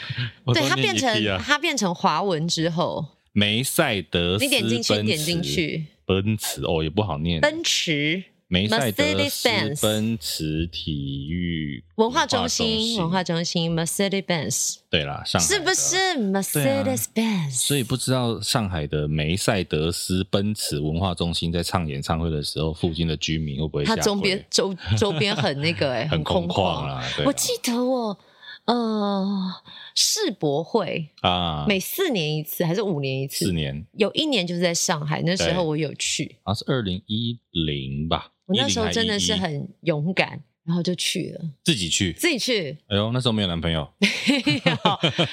[SPEAKER 1] 我都
[SPEAKER 2] 对，它
[SPEAKER 1] 念
[SPEAKER 2] 变成
[SPEAKER 1] IKEA 啊
[SPEAKER 2] 它变成华文之后，
[SPEAKER 1] 梅赛德斯
[SPEAKER 2] 你点进去，
[SPEAKER 1] 奔驰
[SPEAKER 2] 点进去，
[SPEAKER 1] 奔驰哦也不好念，
[SPEAKER 2] 奔驰
[SPEAKER 1] 梅赛德斯
[SPEAKER 2] Mercedes-Benz
[SPEAKER 1] 奔驰体育
[SPEAKER 2] 文化中心，文
[SPEAKER 1] 文
[SPEAKER 2] 化中心 Mercedes Benz
[SPEAKER 1] 对啦，上海
[SPEAKER 2] 是不
[SPEAKER 1] 的
[SPEAKER 2] 是？Mercedes Benz？
[SPEAKER 1] 啊所以不知道上海的梅赛德斯奔驰文化中心在唱演唱会的时候，附近的居民会不会
[SPEAKER 2] 它
[SPEAKER 1] 下
[SPEAKER 2] 周
[SPEAKER 1] 跪
[SPEAKER 2] 边周周边很 那个哎，
[SPEAKER 1] 很
[SPEAKER 2] 空
[SPEAKER 1] 空旷。啦？对啊
[SPEAKER 2] 我记得我呃世博会
[SPEAKER 1] 啊，
[SPEAKER 2] 每四年一次还是五年一
[SPEAKER 1] 四
[SPEAKER 2] 次，
[SPEAKER 1] 年
[SPEAKER 2] 有一年就是在上海，那时
[SPEAKER 1] 对
[SPEAKER 2] 候我有去，
[SPEAKER 1] 好像啊是二零一零吧，
[SPEAKER 2] 我那时候
[SPEAKER 1] 10还
[SPEAKER 2] 真的是
[SPEAKER 1] 11
[SPEAKER 2] 很勇敢，然后就去了，
[SPEAKER 1] 自己去。
[SPEAKER 2] 自己去。
[SPEAKER 1] 哎呦，那时候没有男朋友，
[SPEAKER 2] 没 有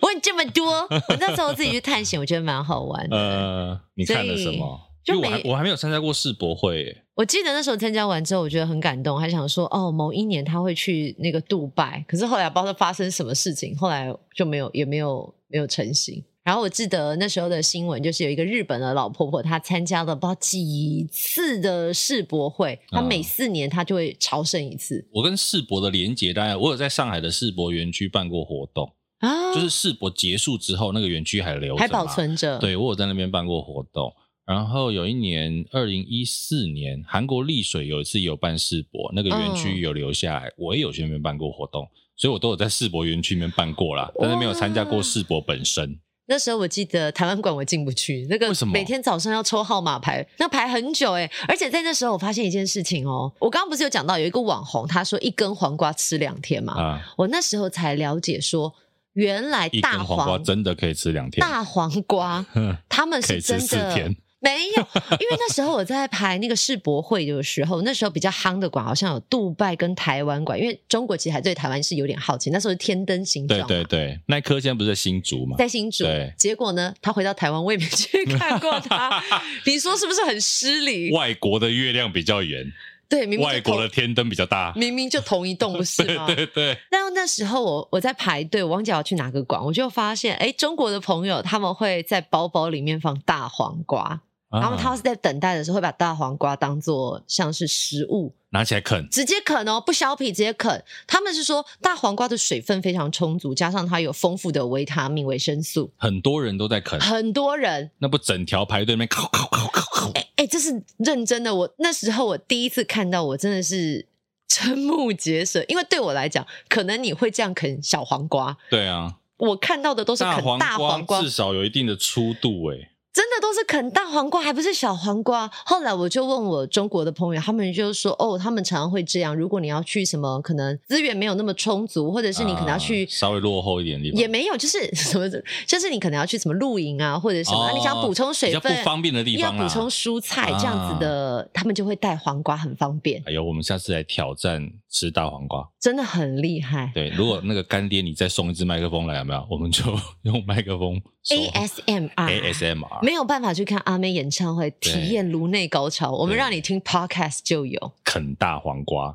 [SPEAKER 2] 问这么多，我那时候自己去探险，我觉得蛮好玩的。
[SPEAKER 1] 呃，你看了什么？
[SPEAKER 2] 所
[SPEAKER 1] 因为我
[SPEAKER 2] 以就没
[SPEAKER 1] 还我还没有参加过世博会耶，
[SPEAKER 2] 我记得那时候参加完之后，我觉得很感动，还想说哦，某一年他会去那个杜拜，可是后来不知道发生什么事情，后来就没有，也没有没有成型。然后我记得那时候的新闻就是有一个日本的老婆婆，她参加了不知道几次的世博会，她
[SPEAKER 1] 嗯
[SPEAKER 2] 每四年她就会朝圣一次
[SPEAKER 1] 我跟世博的连结，大概我有在上海的世博园区办过活动，
[SPEAKER 2] 啊，
[SPEAKER 1] 就是世博结束之后，那个园区还留着嘛
[SPEAKER 2] 还保。存着。，
[SPEAKER 1] 对，我有在那边办过活动。然后有一年，二零一四年，韩国丽水有一次有办世博，那个园区
[SPEAKER 2] 嗯
[SPEAKER 1] 有留下来，我也有去那边办过活动，所以我都有在世博园区里面办过啦，但是没有参加过
[SPEAKER 2] 哇
[SPEAKER 1] 世博本身。
[SPEAKER 2] 那时候我记得台湾馆我进不去，那个
[SPEAKER 1] 为什么
[SPEAKER 2] 每天早上要抽号码牌，那排很久哎、而且在那时候我发现一件事情哦，我刚刚不是有讲到有一个网红，他说一根黄瓜吃两天嘛，
[SPEAKER 1] 啊，
[SPEAKER 2] 我那时候才了解说，原来
[SPEAKER 1] 一
[SPEAKER 2] 大
[SPEAKER 1] 根黄瓜
[SPEAKER 2] 黄
[SPEAKER 1] 真的可以吃两天，
[SPEAKER 2] 大黄瓜他们
[SPEAKER 1] 可以
[SPEAKER 2] 是
[SPEAKER 1] 吃
[SPEAKER 2] 真
[SPEAKER 1] 四
[SPEAKER 2] 的
[SPEAKER 1] 天。
[SPEAKER 2] 没有，因为那时候我在排那个世博会的时候，那时候比较夯的馆好像有杜拜跟台湾馆，因为中国其实还对台湾是有点好奇，那时候是天灯形状
[SPEAKER 1] 对
[SPEAKER 2] 嘛，
[SPEAKER 1] 对对，那颗现在不是在新竹嘛？
[SPEAKER 2] 啊在新竹
[SPEAKER 1] 对。
[SPEAKER 2] 结果呢，他回到台湾，我也没 去看过他。你说是不是很失礼？
[SPEAKER 1] 外国的月亮比较圆，
[SPEAKER 2] 对，明明就
[SPEAKER 1] 外国的
[SPEAKER 2] 同
[SPEAKER 1] 天灯比较大。
[SPEAKER 2] 明明就同 一栋，不是
[SPEAKER 1] 对
[SPEAKER 2] 吗？
[SPEAKER 1] 对对，
[SPEAKER 2] 但那时候我我在排队，我忘记我要去哪个馆，我就发现，哎，中国的朋友他们会在包包里面放大黄瓜，然后他
[SPEAKER 1] 啊
[SPEAKER 2] 们是在等待的时候会把大黄瓜当做像是食物，
[SPEAKER 1] 拿起来啃，
[SPEAKER 2] 直接啃哦，不削皮直接啃。他们是说大黄瓜的水分非常充足，加上它有丰富的维他命、维生素，
[SPEAKER 1] 很多人都在啃，
[SPEAKER 2] 很多人
[SPEAKER 1] 那不整条排队那边烤烤烤烤烤，
[SPEAKER 2] 哎、欸这是认真的。我那时候我第一次看到，我真的是瞠目结舌，因为对我来讲，可能你会这样啃小黄瓜，
[SPEAKER 1] 对啊，
[SPEAKER 2] 我看到的都是
[SPEAKER 1] 大
[SPEAKER 2] 啃
[SPEAKER 1] 黄
[SPEAKER 2] 大
[SPEAKER 1] 瓜
[SPEAKER 2] 黄瓜
[SPEAKER 1] 至。少有一定的粗度哎、
[SPEAKER 2] 真的都是啃大黄瓜，还不是小黄瓜。后来我就问我中国的朋友，他们就说哦，他们常常会这样。如果你要去什么，可能资源没有那么充足，或者是你可能要去、
[SPEAKER 1] 啊稍微落后一点的地方，
[SPEAKER 2] 也没有，就是 什么，就是你可能要去什么露营啊，或者什么，
[SPEAKER 1] 哦
[SPEAKER 2] 你想补充水
[SPEAKER 1] 比较
[SPEAKER 2] 分，
[SPEAKER 1] 不方便的地
[SPEAKER 2] 要
[SPEAKER 1] 方啦啊
[SPEAKER 2] 补充蔬菜这样子的，他们就会带黄瓜，很方便，
[SPEAKER 1] 哎呦，我们下次来挑战吃大黄瓜。
[SPEAKER 2] 真的很厉害。
[SPEAKER 1] 对，如果那个干爹你再送一支麦克风来，有没有？我们就 用麦克风说
[SPEAKER 2] ASMR。
[SPEAKER 1] ASMR。
[SPEAKER 2] 没有办法去看阿妹演唱会，
[SPEAKER 1] 对
[SPEAKER 2] 体验颅内高潮。我们
[SPEAKER 1] 对
[SPEAKER 2] 让你听 podcast 就有。
[SPEAKER 1] 啃大黄瓜，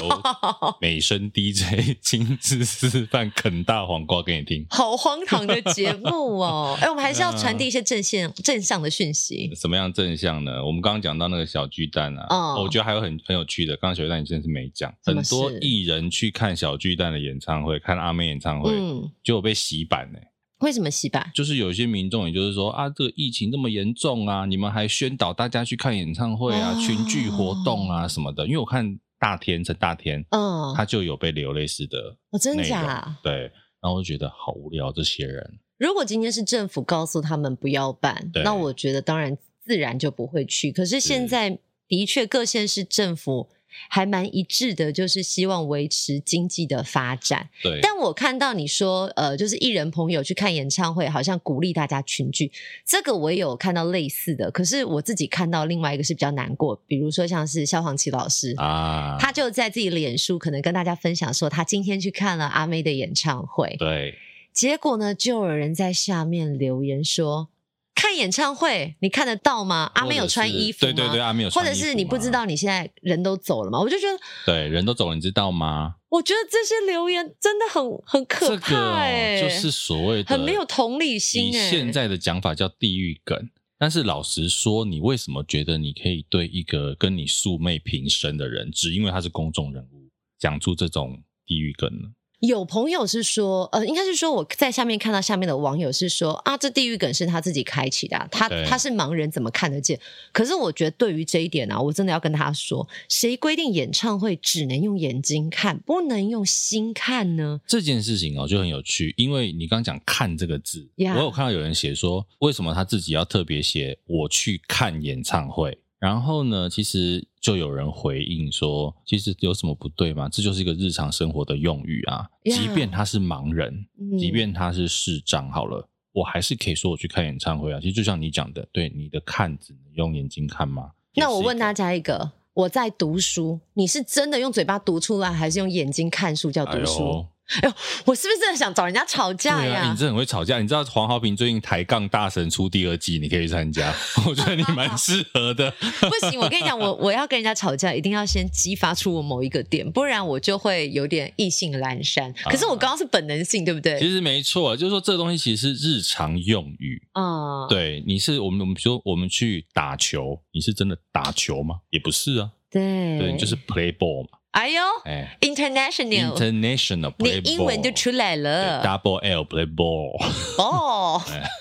[SPEAKER 1] 由 美声 DJ 亲自示范啃大黄瓜给你听。
[SPEAKER 2] 好荒唐的节目 哦！哎，我们还是要传递一些正向正向的讯息。
[SPEAKER 1] 什么样正向呢？我们刚刚讲到那个小巨蛋啊，
[SPEAKER 2] 嗯
[SPEAKER 1] 我觉得还有很很有趣的。刚刚小巨蛋你真的是没讲，
[SPEAKER 2] 什
[SPEAKER 1] 很
[SPEAKER 2] 么事
[SPEAKER 1] 多艺人去看小巨蛋的演唱会，看阿妹演唱会，
[SPEAKER 2] 嗯，
[SPEAKER 1] 结果被洗版呢、
[SPEAKER 2] 为什么洗版？
[SPEAKER 1] 就是有些民众，也就是说啊，这个疫情这么严重啊，你们还宣导大家去看演唱会啊、
[SPEAKER 2] 哦
[SPEAKER 1] 群聚活动啊什么的。因为我看大天陈大天，
[SPEAKER 2] 嗯，
[SPEAKER 1] 他就有被流类似的
[SPEAKER 2] 哦，真
[SPEAKER 1] 内
[SPEAKER 2] 假
[SPEAKER 1] 容
[SPEAKER 2] 啊？，
[SPEAKER 1] 对，然后我就觉得好无聊，这些人
[SPEAKER 2] 如果今天是政府告诉他们不要办
[SPEAKER 1] 对，
[SPEAKER 2] 那我觉得当然自然就不会去。可是现在的确各县市政府还蛮一致的，就是希望维持经济的发展。
[SPEAKER 1] 对。
[SPEAKER 2] 但我看到你说，呃，就是艺人朋友去看演唱会，好像鼓励大家群聚，这个我也有看到类似的。可是我自己看到另外一个是比较难过，比如说像是萧煌奇老师。
[SPEAKER 1] 啊，
[SPEAKER 2] 他就在自己脸书可能跟大家分享说，他今天去看了阿妹的演唱会，
[SPEAKER 1] 对
[SPEAKER 2] 结果呢，就有人在下面留言说：“看演唱会你看得到吗？阿妹有穿衣服
[SPEAKER 1] 或者
[SPEAKER 2] 吗？
[SPEAKER 1] 是对对对，阿妹有
[SPEAKER 2] 或
[SPEAKER 1] 穿衣服
[SPEAKER 2] 者
[SPEAKER 1] 吗，
[SPEAKER 2] 是你不知道你现在人都走了吗？”我就觉得，
[SPEAKER 1] 对，人都走了，你知道吗？
[SPEAKER 2] 我觉得这些留言真的很很可
[SPEAKER 1] 这个
[SPEAKER 2] 怕、
[SPEAKER 1] 哦
[SPEAKER 2] 欸，
[SPEAKER 1] 就是所谓的
[SPEAKER 2] 很没有同理心
[SPEAKER 1] 以
[SPEAKER 2] 欸
[SPEAKER 1] 现在的讲法叫地狱梗，但是老实说，你为什么觉得你可以对一个跟你素昧平生的人，只因为他是公众人物，讲出这种地狱梗呢？
[SPEAKER 2] 有朋友是说，呃，应该是说我在下面看到下面的网友是说啊，这地狱梗是他自己开启的啊、他
[SPEAKER 1] 对
[SPEAKER 2] 他是盲人怎么看得见？可是我觉得对于这一点啊，我真的要跟他说，谁规定演唱会只能用眼睛看，不能用心看呢？
[SPEAKER 1] 这件事情哦，就很有趣，因为你刚讲“看”这个字
[SPEAKER 2] Yeah
[SPEAKER 1] 我有看到有人写说，为什么他自己要特别写我去看演唱会？然后呢，其实就有人回应说，其实有什么不对吗？这就是一个日常生活的用语啊。
[SPEAKER 2] Yeah
[SPEAKER 1] 即便他是盲人，
[SPEAKER 2] 嗯
[SPEAKER 1] 即便他是视障，好了，我还是可以说我去看演唱会啊。其实就像你讲的，对你的看只能用眼睛看吗？
[SPEAKER 2] 那我问
[SPEAKER 1] 也是一个
[SPEAKER 2] 大家一个，我在读书，你是真的用嘴巴读出来，还是用眼睛看书叫
[SPEAKER 1] 哎
[SPEAKER 2] 读
[SPEAKER 1] 呦
[SPEAKER 2] 书？我是不是真的想找人家吵架
[SPEAKER 1] 对
[SPEAKER 2] 呀？
[SPEAKER 1] 啊，你这很会吵架。你知道黄豪平最近抬杠大神出第二季，你可以参加， 我觉得你蛮适合的。
[SPEAKER 2] 不行，我跟你讲，我我要跟人家吵架，一定要先激发出我某一个点，不然我就会有点意兴阑珊。可是我刚刚是本能性，对不对？
[SPEAKER 1] 啊其实没错，就是说这个东西其实是日常用语。
[SPEAKER 2] 啊、
[SPEAKER 1] 对，你是我们我们比如说我们去打球，你是真的打球吗？也不是啊，
[SPEAKER 2] 对
[SPEAKER 1] 对，你就是 play ball 嘛，
[SPEAKER 2] 哎呦
[SPEAKER 1] 哎
[SPEAKER 2] ，international，
[SPEAKER 1] ，international
[SPEAKER 2] 你
[SPEAKER 1] play ball，
[SPEAKER 2] 英文就出来
[SPEAKER 1] 对
[SPEAKER 2] 了
[SPEAKER 1] ，double L play ball，
[SPEAKER 2] 哦
[SPEAKER 1] 哎。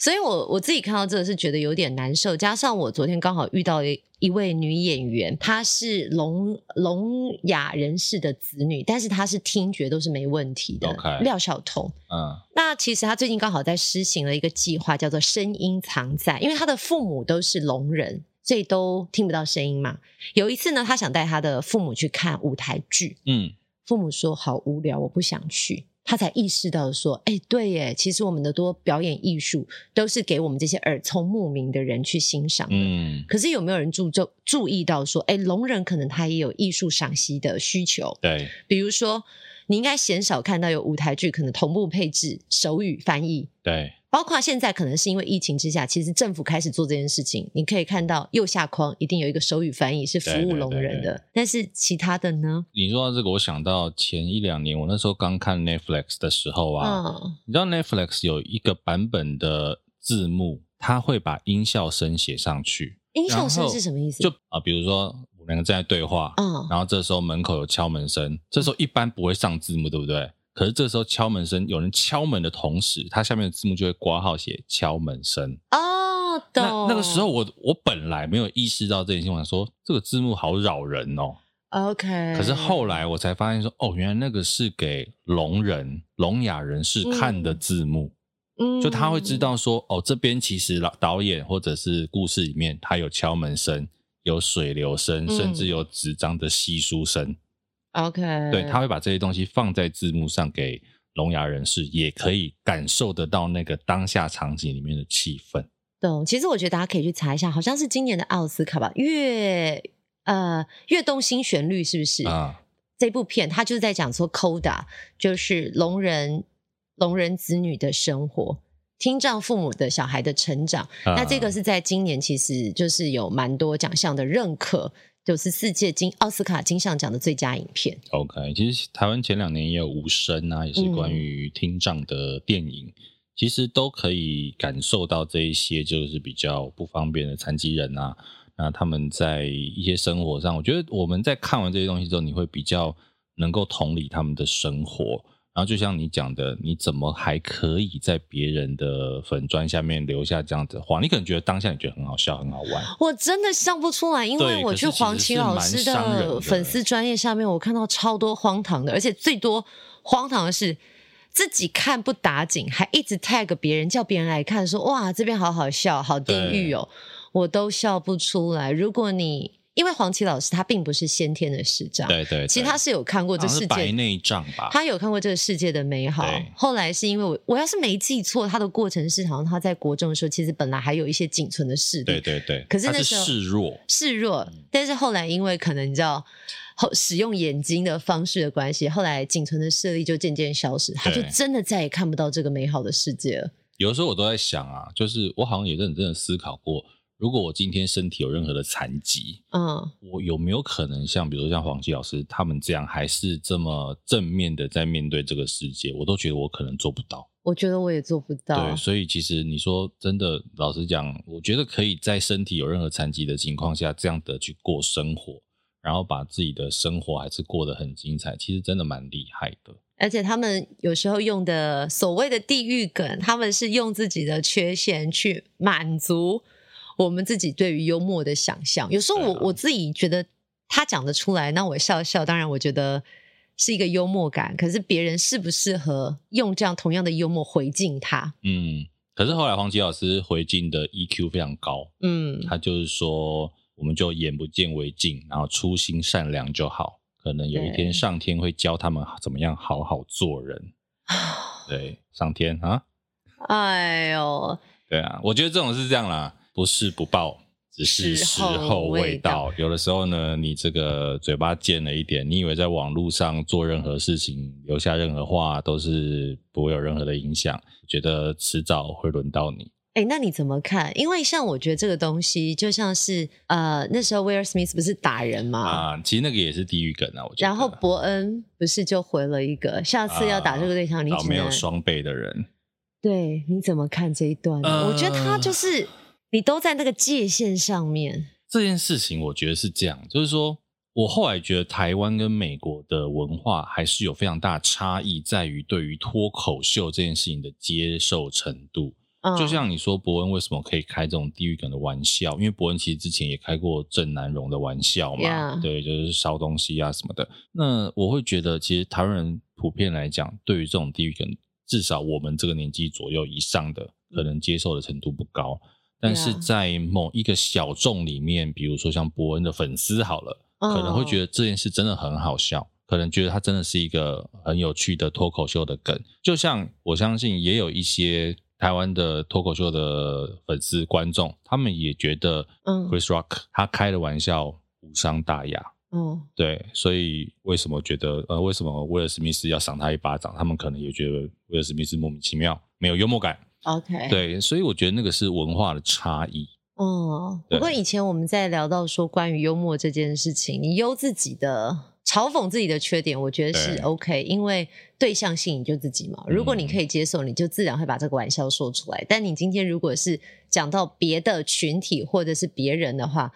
[SPEAKER 2] 所以我我自己看到这个是觉得有点难受，加上我昨天刚好遇到一一位女演员，她是聋聋哑人士的子女，但是她是听觉都是没问题的
[SPEAKER 1] OK
[SPEAKER 2] 廖晓彤。
[SPEAKER 1] 嗯，
[SPEAKER 2] 那其实他最近刚好在施行了一个计划，叫做“声音藏在”，因为他的父母都是聋人，所以都听不到声音嘛。有一次呢，他想带他的父母去看舞台剧，
[SPEAKER 1] 嗯，
[SPEAKER 2] 父母说好无聊，我不想去。他才意识到说，哎，对耶，其实我们的多表演艺术都是给我们这些耳聪目明的人去欣赏的。
[SPEAKER 1] 嗯，
[SPEAKER 2] 可是有没有人注重注意到说，哎，聋人可能他也有艺术赏析的需求？
[SPEAKER 1] 对，
[SPEAKER 2] 比如说，你应该鲜少看到有舞台剧可能同步配置手语翻译，
[SPEAKER 1] 对，
[SPEAKER 2] 包括现在可能是因为疫情之下，其实政府开始做这件事情。你可以看到右下框一定有一个手语翻译是服务聋人的，
[SPEAKER 1] 对对
[SPEAKER 2] 但是其他的呢？
[SPEAKER 1] 你说到这个，我想到前一两年我那时候刚看 Netflix 的时候啊，
[SPEAKER 2] 嗯，
[SPEAKER 1] 你知道 Netflix 有一个版本的字幕，它会把音效声写上去，
[SPEAKER 2] 音效
[SPEAKER 1] 然
[SPEAKER 2] 声
[SPEAKER 1] 后
[SPEAKER 2] 是什么意思？
[SPEAKER 1] 就啊，比如说我们两个正在对话，
[SPEAKER 2] 嗯
[SPEAKER 1] 然后这时候门口有敲门声，这时候一般不会上字幕，对不对？可是这时候敲门声，有人敲门的同时，它下面的字幕就会挂号写敲门声。
[SPEAKER 2] 哦，
[SPEAKER 1] 那
[SPEAKER 2] 懂。
[SPEAKER 1] 那个时候我我本来没有意识到这件事情，我想说这个字幕好扰人哦。
[SPEAKER 2] ，OK。
[SPEAKER 1] 可是后来我才发现说，哦，原来那个是给聋人、聋哑人士看的字幕。
[SPEAKER 2] 嗯
[SPEAKER 1] 就他会知道说，哦，这边其实老导演或者是故事里面，它有敲门声，有水流声，
[SPEAKER 2] 嗯
[SPEAKER 1] 甚至有纸张的稀疏声。
[SPEAKER 2] OK，
[SPEAKER 1] 对，他会把这些东西放在字幕上给聋哑人士，也可以感受得到那个当下场景里面的气氛。
[SPEAKER 2] 懂。其实我觉得大家可以去查一下，好像是今年的奥斯卡吧，乐呃乐动新旋律是不是？
[SPEAKER 1] 啊，
[SPEAKER 2] 这部片它就是在讲说 Coda 就是聋人聋人子女的生活。听障父母的小孩的成长，那这个
[SPEAKER 1] 是
[SPEAKER 2] 是在今年其实就是有蛮多奖项的认可，就是世界金奥斯卡金像奖的最佳影片。
[SPEAKER 1] OK。其实台湾前两年也有无声啊，也
[SPEAKER 2] 嗯
[SPEAKER 1] 是关于听障的电影，其实都可以感受到这一些就是比较不方便的残疾人啊，那他们在一些生活上，我觉得我们在看完这些东西之后，你会比较能够同理他们的生活。然后就像你讲的，你怎么还可以在别人的粉砖下面留下这样子的话？你可能觉得当下你觉得很好笑、很好玩，
[SPEAKER 2] 我真的笑不出来，因为
[SPEAKER 1] 对
[SPEAKER 2] 我
[SPEAKER 1] 可
[SPEAKER 2] 去
[SPEAKER 1] 是其实
[SPEAKER 2] 黄奇
[SPEAKER 1] 是
[SPEAKER 2] 老
[SPEAKER 1] 蛮
[SPEAKER 2] 师
[SPEAKER 1] 伤人的
[SPEAKER 2] 粉丝专业下面，我看到超多荒唐的，而且最多荒唐的是自己看不打紧，还一直 tag 别人，叫别人来看说哇这边好好笑，好地狱哦，我都笑不出来。如果你因为黄奇老师他并不是先天的视障，
[SPEAKER 1] 对对对，
[SPEAKER 2] 其实他是有看过这
[SPEAKER 1] 好像
[SPEAKER 2] 世
[SPEAKER 1] 是白
[SPEAKER 2] 界。
[SPEAKER 1] 内障吧？
[SPEAKER 2] 他有看过这个世界的美好
[SPEAKER 1] 对，
[SPEAKER 2] 后来是因为我我要是没记错，他的过程是好像他在国中的时候，其实本来还有一些仅存的视力，
[SPEAKER 1] 对对对，
[SPEAKER 2] 可是
[SPEAKER 1] 他
[SPEAKER 2] 那
[SPEAKER 1] 是
[SPEAKER 2] 时候
[SPEAKER 1] 示弱，
[SPEAKER 2] 示弱，但是后来因为可能你知道后使用眼睛的方式的关系，后来仅存的视力就渐渐消失，他就真的再也看不到这个美好的世界了。
[SPEAKER 1] 有的时候我都在想啊，就是我好像也认真的思考过，如果我今天身体有任何的残疾，
[SPEAKER 2] 嗯，
[SPEAKER 1] 我有没有可能像比如说像黄奇老师他们这样，还是这么正面的在面对这个世界？我都觉得我可能做不到。
[SPEAKER 2] 我觉得我也做不到
[SPEAKER 1] 对，。所以其实你说真的，老实讲，我觉得可以在身体有任何残疾的情况下，这样的去过生活，然后把自己的生活还是过得很精彩，其实真的蛮厉害的。
[SPEAKER 2] 而且他们有时候用的所谓的地域梗，他们是用自己的缺陷去满足我们自己对于幽默的想象。有时候我、
[SPEAKER 1] 对啊
[SPEAKER 2] 我自己觉得他讲得出来，那我笑笑，当然我觉得是一个幽默感。可是别人适不适合用这样同样的幽默回敬他？
[SPEAKER 1] 嗯，可是后来黄奇老师回敬的 EQ 非常高，
[SPEAKER 2] 嗯，
[SPEAKER 1] 他就是说，我们就眼不见为净，然后初心善良就好。可能有一天
[SPEAKER 2] 对
[SPEAKER 1] 上天会教他们怎么样好好做人。对，上天啊，
[SPEAKER 2] 哎呦，
[SPEAKER 1] 对啊，我觉得这种是这样啦，不是不报，只是
[SPEAKER 2] 时
[SPEAKER 1] 时
[SPEAKER 2] 候
[SPEAKER 1] 候
[SPEAKER 2] 未
[SPEAKER 1] 未
[SPEAKER 2] 到
[SPEAKER 1] 到。有的时候呢，你这个嘴巴贱了一点，你以为在网络上做任何事情、留下任何话都是不会有任何的影响，觉得迟早会轮到你。
[SPEAKER 2] 哎，那你怎么看？因为像我觉得这个东西，就像是呃，那时候威尔史密斯不是打人嘛，
[SPEAKER 1] 啊，其实那个也是地狱梗啊，我觉得。
[SPEAKER 2] 然后伯恩不是就回了一个，下次要打这个对象，
[SPEAKER 1] 啊
[SPEAKER 2] 你
[SPEAKER 1] 找
[SPEAKER 2] 只
[SPEAKER 1] 没有
[SPEAKER 2] 能
[SPEAKER 1] 双倍的人，
[SPEAKER 2] 对，你怎么看这一段呢？
[SPEAKER 1] 呃
[SPEAKER 2] 我觉得他就是你都在那个界限上面，
[SPEAKER 1] 这件事情，我觉得是这样，就是说我后来觉得台湾跟美国的文化还是有非常大的差异，在于对于脱口秀这件事情的接受程度。
[SPEAKER 2] 嗯，
[SPEAKER 1] 就像你说，伯恩为什么可以开这种地狱梗的玩笑？因为伯恩其实之前也开过郑南荣的玩笑嘛
[SPEAKER 2] Yeah
[SPEAKER 1] 对，就是烧东西啊什么的。那我会觉得，其实台湾人普遍来讲，对于这种地狱梗，至少我们这个年纪左右以上的，可能接受的程度不高。但是
[SPEAKER 2] Yeah
[SPEAKER 1] 在某一个小众里面，比如说像伯恩的粉丝好了，可能会觉
[SPEAKER 2] 得
[SPEAKER 1] 得这件事真的很好笑，可能觉得它真的是一个很有趣的脱口秀的梗。就像我相信也有一些台湾的脱口秀的粉丝观众，他们也觉得
[SPEAKER 2] 嗯
[SPEAKER 1] Chris Rock 他开的玩笑无伤大雅。
[SPEAKER 2] 嗯
[SPEAKER 1] 对，所以为什么觉得呃，为什么威尔史密斯要赏他一巴掌？他们可能也觉得威尔史密斯莫名其妙，没有幽默感。
[SPEAKER 2] ，OK，，
[SPEAKER 1] 对，所以我觉得那个是文化的差异。
[SPEAKER 2] 嗯。不
[SPEAKER 1] 对
[SPEAKER 2] 过以前我们在聊到说关于幽默这件事情，你优自己的。嘲讽自己的缺点，我觉得是
[SPEAKER 1] 对嗯
[SPEAKER 2] OK，因为对象性你就自己嘛。如果你可以接受，你就自然会把这个玩笑说出来。但你今天如果是讲到别的群体或者是别人的话，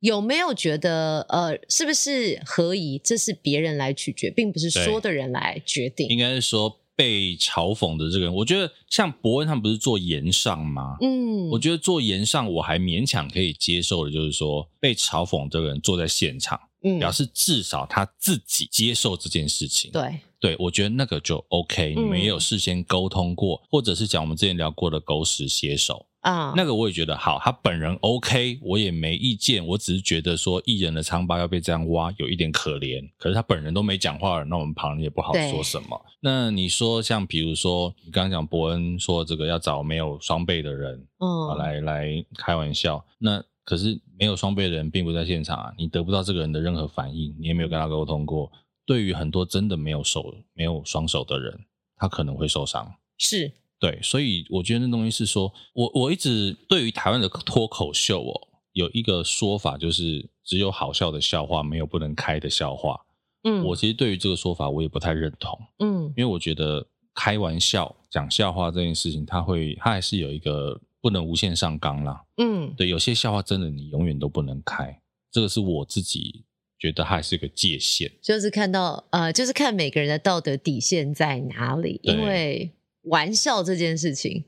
[SPEAKER 2] 有没有觉得呃，是不是合宜？这是别人来取决，并不是说的人来决定。
[SPEAKER 1] 应该是说被嘲讽的这个人，我觉得像伯恩他们不是做盐上吗？
[SPEAKER 2] 嗯，
[SPEAKER 1] 我觉得做盐上我还勉强可以接受的，就是说被嘲讽这个人坐在现场，
[SPEAKER 2] 嗯
[SPEAKER 1] 表示至少他自己接受这件事情。
[SPEAKER 2] 对，
[SPEAKER 1] 对，我觉得那个就 OK，你
[SPEAKER 2] 嗯
[SPEAKER 1] 们也有事先沟通过，或者是讲我们之前聊过的狗屎写手，
[SPEAKER 2] 啊、
[SPEAKER 1] 那个我也觉得好，他本人 OK，我也没意见，我只是觉得说艺人的疮疤要被这样挖，有一点可怜。可是他本人都没讲话了，那我们旁人也不好
[SPEAKER 2] 对
[SPEAKER 1] 说什么。那你说像比如说你刚刚讲伯恩说这个要找没有双倍的人啊
[SPEAKER 2] 嗯，
[SPEAKER 1] 来来开玩笑，那可是没有双倍的人并不在现场啊，你得不到这个人的任何反应，你也没有跟他沟通过。对于很多真的没有手没有双手的人，他可能会受伤。
[SPEAKER 2] 是，
[SPEAKER 1] 对，所以我觉得那东西是说，我我一直对于台湾的脱口秀哦，有一个说法就是只有好笑的笑话，没有不能开的笑话。
[SPEAKER 2] 嗯，
[SPEAKER 1] 我其实对于这个说法我也不太认同，
[SPEAKER 2] 嗯
[SPEAKER 1] 因为我觉得开玩笑、讲笑话这件事情，它会它还是有一个不能无限上纲啦。
[SPEAKER 2] 嗯，
[SPEAKER 1] 对，有些笑话真的你永远都不能开，这个是我自己觉得它还是一个界限。
[SPEAKER 2] 就是看到呃，就是看每个人的道德底线在哪里，
[SPEAKER 1] 对
[SPEAKER 2] 因为玩笑这件事情。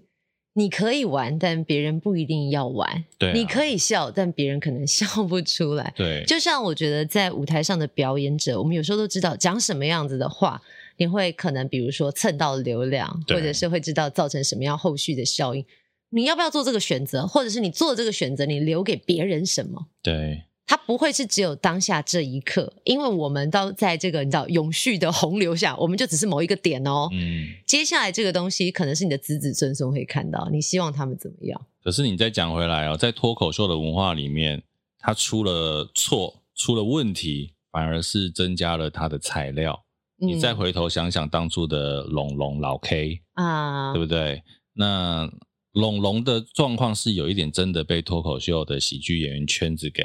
[SPEAKER 2] 你可以玩，但别人不一定要玩。
[SPEAKER 1] 对啊
[SPEAKER 2] 你可以笑，但别人可能 笑不出来。
[SPEAKER 1] 对，
[SPEAKER 2] 就像我觉得在舞台上的表演者，我们有时候都知道讲什么样子的话，你会可能比如说蹭到流量，
[SPEAKER 1] 对
[SPEAKER 2] 或者是会知道造成什么样后续的效应。你要不要做这个选择，或者是你做这个选择，你留给别人什么？
[SPEAKER 1] 对
[SPEAKER 2] 它不会是只有当下这一刻，因为我们到在这个你知道永续的洪流下，我们就只是某一个点哦。
[SPEAKER 1] 嗯。
[SPEAKER 2] 接下来这个东西可能是你的子子孙孙会看到，你希望他们怎么样？
[SPEAKER 1] 可是你再讲回来哦，在脱口秀的文化里面，它出了错，出了问题，反而是增加了它的材料。你再
[SPEAKER 2] 嗯
[SPEAKER 1] 回头想想当初的龙龙老 K，、
[SPEAKER 2] 啊
[SPEAKER 1] 对，不对？那龙龙的状况是有一点真的被脱口秀的喜剧演员圈子给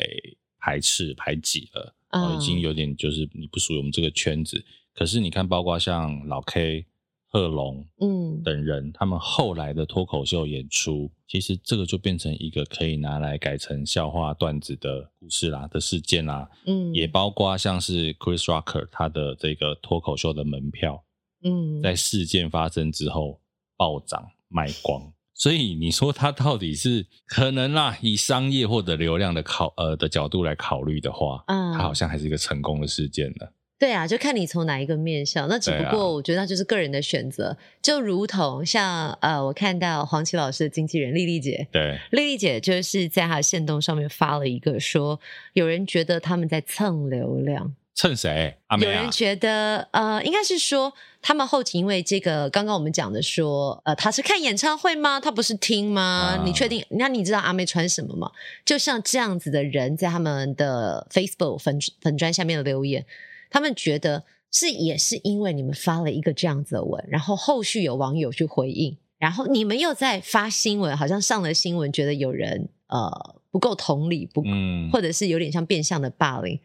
[SPEAKER 1] 排斥排挤了，然后已经
[SPEAKER 2] 有
[SPEAKER 1] 有点就是你不属于我们这个圈子。可是你看，包括像老 K、贺龙，
[SPEAKER 2] 嗯
[SPEAKER 1] 等人，他们后来的脱口秀演出，其实这个就变成一个可以拿来改成笑话段子的故事啦的事件啦，
[SPEAKER 2] 嗯
[SPEAKER 1] 也包括像是 Chris Rocker 他的这个脱口秀的门票，
[SPEAKER 2] 嗯
[SPEAKER 1] 在事件发生之后暴涨卖光。所以你说他到底是可能啦，以商业或者流量的考呃的角度来考虑的话，
[SPEAKER 2] 啊
[SPEAKER 1] 他好像还是一个成功的事件呢。
[SPEAKER 2] 对啊，就看你从哪一个面向。那只
[SPEAKER 1] 对啊
[SPEAKER 2] 不过我觉得那就是个人的选择，就如同像呃，我看到黄琦老师的经纪人丽丽姐，
[SPEAKER 1] 对，
[SPEAKER 2] 丽丽姐就是在她的线动上面发了一个说，有人觉得他们在蹭流量，
[SPEAKER 1] 趁谁？阿妹
[SPEAKER 2] 有
[SPEAKER 1] 啊
[SPEAKER 2] 人，觉得呃，应该是说他们后期因为这个刚刚我们讲的说，呃，他是看演唱会吗？他不是听吗？
[SPEAKER 1] 啊
[SPEAKER 2] 你确定？那你知道阿妹穿什么吗？就像这样子的人在他们的 Facebook 粉粉砖下面留言，他们觉得是也是因为你们发了一个这样子的文，然后后续有网友去回应，然后你们又在发新闻，好像上了新闻，觉得有人呃不够同理，不
[SPEAKER 1] 嗯，
[SPEAKER 2] 或者是有点像变相的霸凌，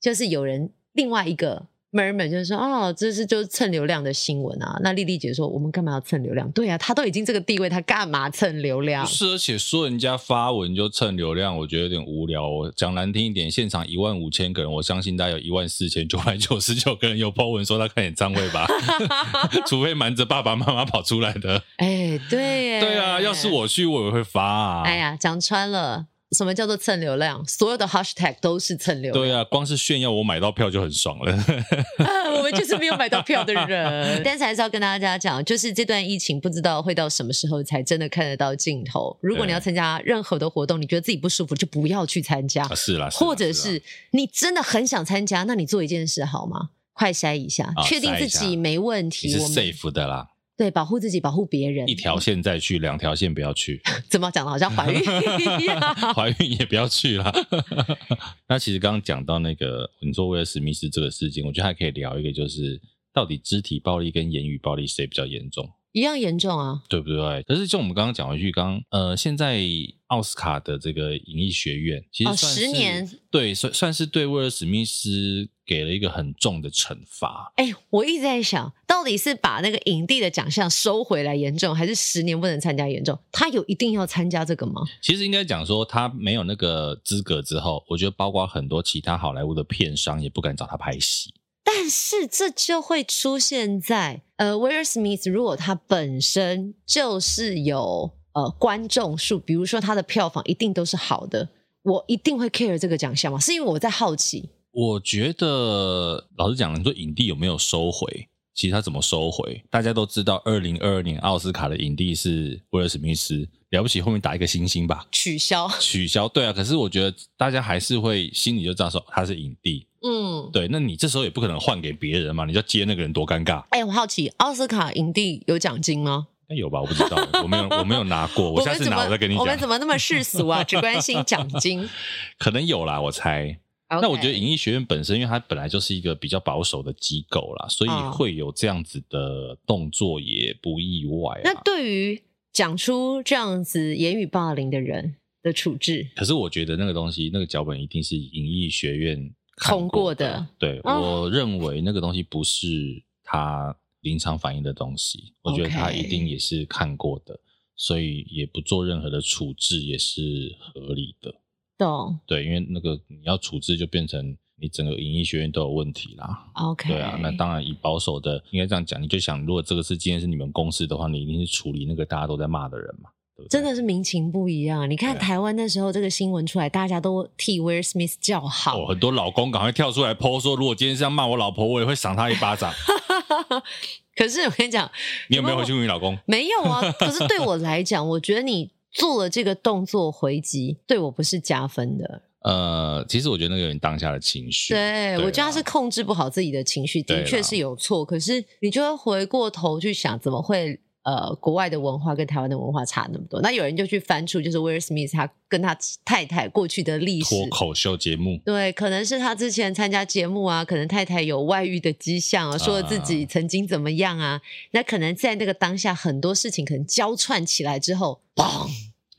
[SPEAKER 2] 就是有人另外一个 murmur 就是说，哦，这是就是蹭流量的新闻啊。那丽丽姐说，我们干嘛要蹭流量？对啊，她都已经这个地位，她干嘛蹭流量
[SPEAKER 1] 不？是，而且说人家发文就蹭流量，我觉得有点无聊、哦。讲难听一点，现场一万五千个人，我相信大概有一万四千九百九十九个人有 po 文说他看演唱会 吧，除非瞒着爸爸妈妈跑出来的。
[SPEAKER 2] 哎，对耶，
[SPEAKER 1] 对啊，要是，我去，我也会发啊。
[SPEAKER 2] 哎呀，讲穿了，什么叫做蹭流量？所有的 hashtag 都是蹭流量。
[SPEAKER 1] 对啊，光是炫耀我买到票就很爽了。
[SPEAKER 2] 啊 我们就是没有买到票的人。但是还是要跟大家讲，就是这段疫情不知道会到什么时候才真的看得到尽头。如果你要参加任何的活动，你觉得自己不舒服，就不要去参加
[SPEAKER 1] 啊。是啦，是啦
[SPEAKER 2] 或者
[SPEAKER 1] 啦
[SPEAKER 2] 是你真的很想参加，那你做一件事好吗？快筛一下
[SPEAKER 1] 啊，
[SPEAKER 2] 确定
[SPEAKER 1] 筛
[SPEAKER 2] 自
[SPEAKER 1] 一
[SPEAKER 2] 己
[SPEAKER 1] 下
[SPEAKER 2] 没问
[SPEAKER 1] 你
[SPEAKER 2] 题。
[SPEAKER 1] 是
[SPEAKER 2] 我们哎
[SPEAKER 1] safe 的啦，
[SPEAKER 2] 对保护自己，保护别人。
[SPEAKER 1] 一条线再去，两条线不要去。
[SPEAKER 2] 怎么讲的？好像 怀孕一 样。
[SPEAKER 1] 怀孕也不要去啦。 那其实刚刚讲到那个，你说威尔史密斯这个事情，我觉得还可以聊一个，就是到底肢体暴力跟言语暴力谁比较严重，
[SPEAKER 2] 一样严重啊！
[SPEAKER 1] 对不对？可是就我们刚刚讲回去，刚呃，现在奥斯卡的这个影艺学院，其实
[SPEAKER 2] 哦
[SPEAKER 1] 算是
[SPEAKER 2] 10年
[SPEAKER 1] 对，算算是对威尔史密斯给了一个很重的惩罚。
[SPEAKER 2] 哎、我一直在想，到底是把那个影帝的奖项收回来严重，还是十年不能参加严重？他有一定要参加这个吗？
[SPEAKER 1] 其实应该讲说，他没有那个资格之后，我觉得包括很多其他好莱坞的片商也不敢找他拍戏。
[SPEAKER 2] 但是这就会出现在呃威尔史密斯，如果他本身就是有呃观众数，比如说他的票房一定都是好的，我一定会 care 这个奖项嘛，是因为我在好奇。
[SPEAKER 1] 我觉得老实讲，你说影帝有没有收回？其实他怎么收回？大家都知道，二零二二年奥斯卡的影帝是威尔史密斯，了不起后面打一个星星吧，
[SPEAKER 2] 取消，
[SPEAKER 1] 取消。对啊，可是我觉得大家还是会心里就知道说他是影帝。
[SPEAKER 2] 嗯，
[SPEAKER 1] 对，那你这时候也不可能换给别人嘛，你就接那个人多尴尬。
[SPEAKER 2] 哎、我好奇，奥斯卡影帝有奖金吗？
[SPEAKER 1] 应该有吧？我不知道，我没有，我没有拿过。我下次
[SPEAKER 2] 们怎
[SPEAKER 1] 拿
[SPEAKER 2] 么
[SPEAKER 1] 我再跟你
[SPEAKER 2] 我们
[SPEAKER 1] 讲
[SPEAKER 2] 怎。么那么世 俗啊？只关心奖金。
[SPEAKER 1] 可能有啦，我猜。 那我觉得
[SPEAKER 2] OK
[SPEAKER 1] 影艺学院本身，因为它本来就是一个比较保守的机构啦，所以
[SPEAKER 2] 哦
[SPEAKER 1] 会有这样子的动作也不意外啊
[SPEAKER 2] 那
[SPEAKER 1] 啦。
[SPEAKER 2] 对于讲出这样子言语霸凌的人的处置，
[SPEAKER 1] 可是我觉得那个东西，那个脚本一定是影艺学院看
[SPEAKER 2] 通
[SPEAKER 1] 过
[SPEAKER 2] 过的。
[SPEAKER 1] 对，
[SPEAKER 2] 哦
[SPEAKER 1] 我认为那个东西不是他临场反应的东西，我觉得他
[SPEAKER 2] OK
[SPEAKER 1] 一定也是看过的，所以也不做任何的处置也是合理的。
[SPEAKER 2] 懂
[SPEAKER 1] 对，因为那个你要处置，就变成你整个影艺学院都有问题啦。
[SPEAKER 2] ？OK，
[SPEAKER 1] 对啊，那当然以保守的，应该这样讲，你就想，如果这个是今天是你们公司的话，你一定是处理那个大家都在骂的人嘛，对不对？
[SPEAKER 2] 真的是民情不一样。你看
[SPEAKER 1] 对啊
[SPEAKER 2] 台湾那时候这个新闻出来，大家都替威尔史密斯叫好，
[SPEAKER 1] 哦，很多老公赶快跳出来 PO 说，如果今天是要骂我老婆，我也会赏她一巴 掌。
[SPEAKER 2] 可是我跟你讲，
[SPEAKER 1] 你有没有回去问你老公？
[SPEAKER 2] 没有 啊。可是对我来讲，我觉得你做了这个动作回击，对我不是加分的。
[SPEAKER 1] 呃，其实我觉得那个有点当下的情绪。
[SPEAKER 2] 对，
[SPEAKER 1] 对啊
[SPEAKER 2] 我觉得
[SPEAKER 1] 啦
[SPEAKER 2] 他是控制不好自己的情绪，
[SPEAKER 1] 对
[SPEAKER 2] 的
[SPEAKER 1] 啦
[SPEAKER 2] 确是有错。可是你就会回过头去想，怎么会呃国外的文化跟台湾的文化差那么多？那有人就去翻出，就是威尔史密斯他跟他太太过去的历史。
[SPEAKER 1] 脱口秀节目，
[SPEAKER 2] 对，可能是他之前参加节目啊，可能太太有外遇的迹象啊，说自己曾经怎么样啊，那可能在那个当下，很多事情可能交串起来之后，砰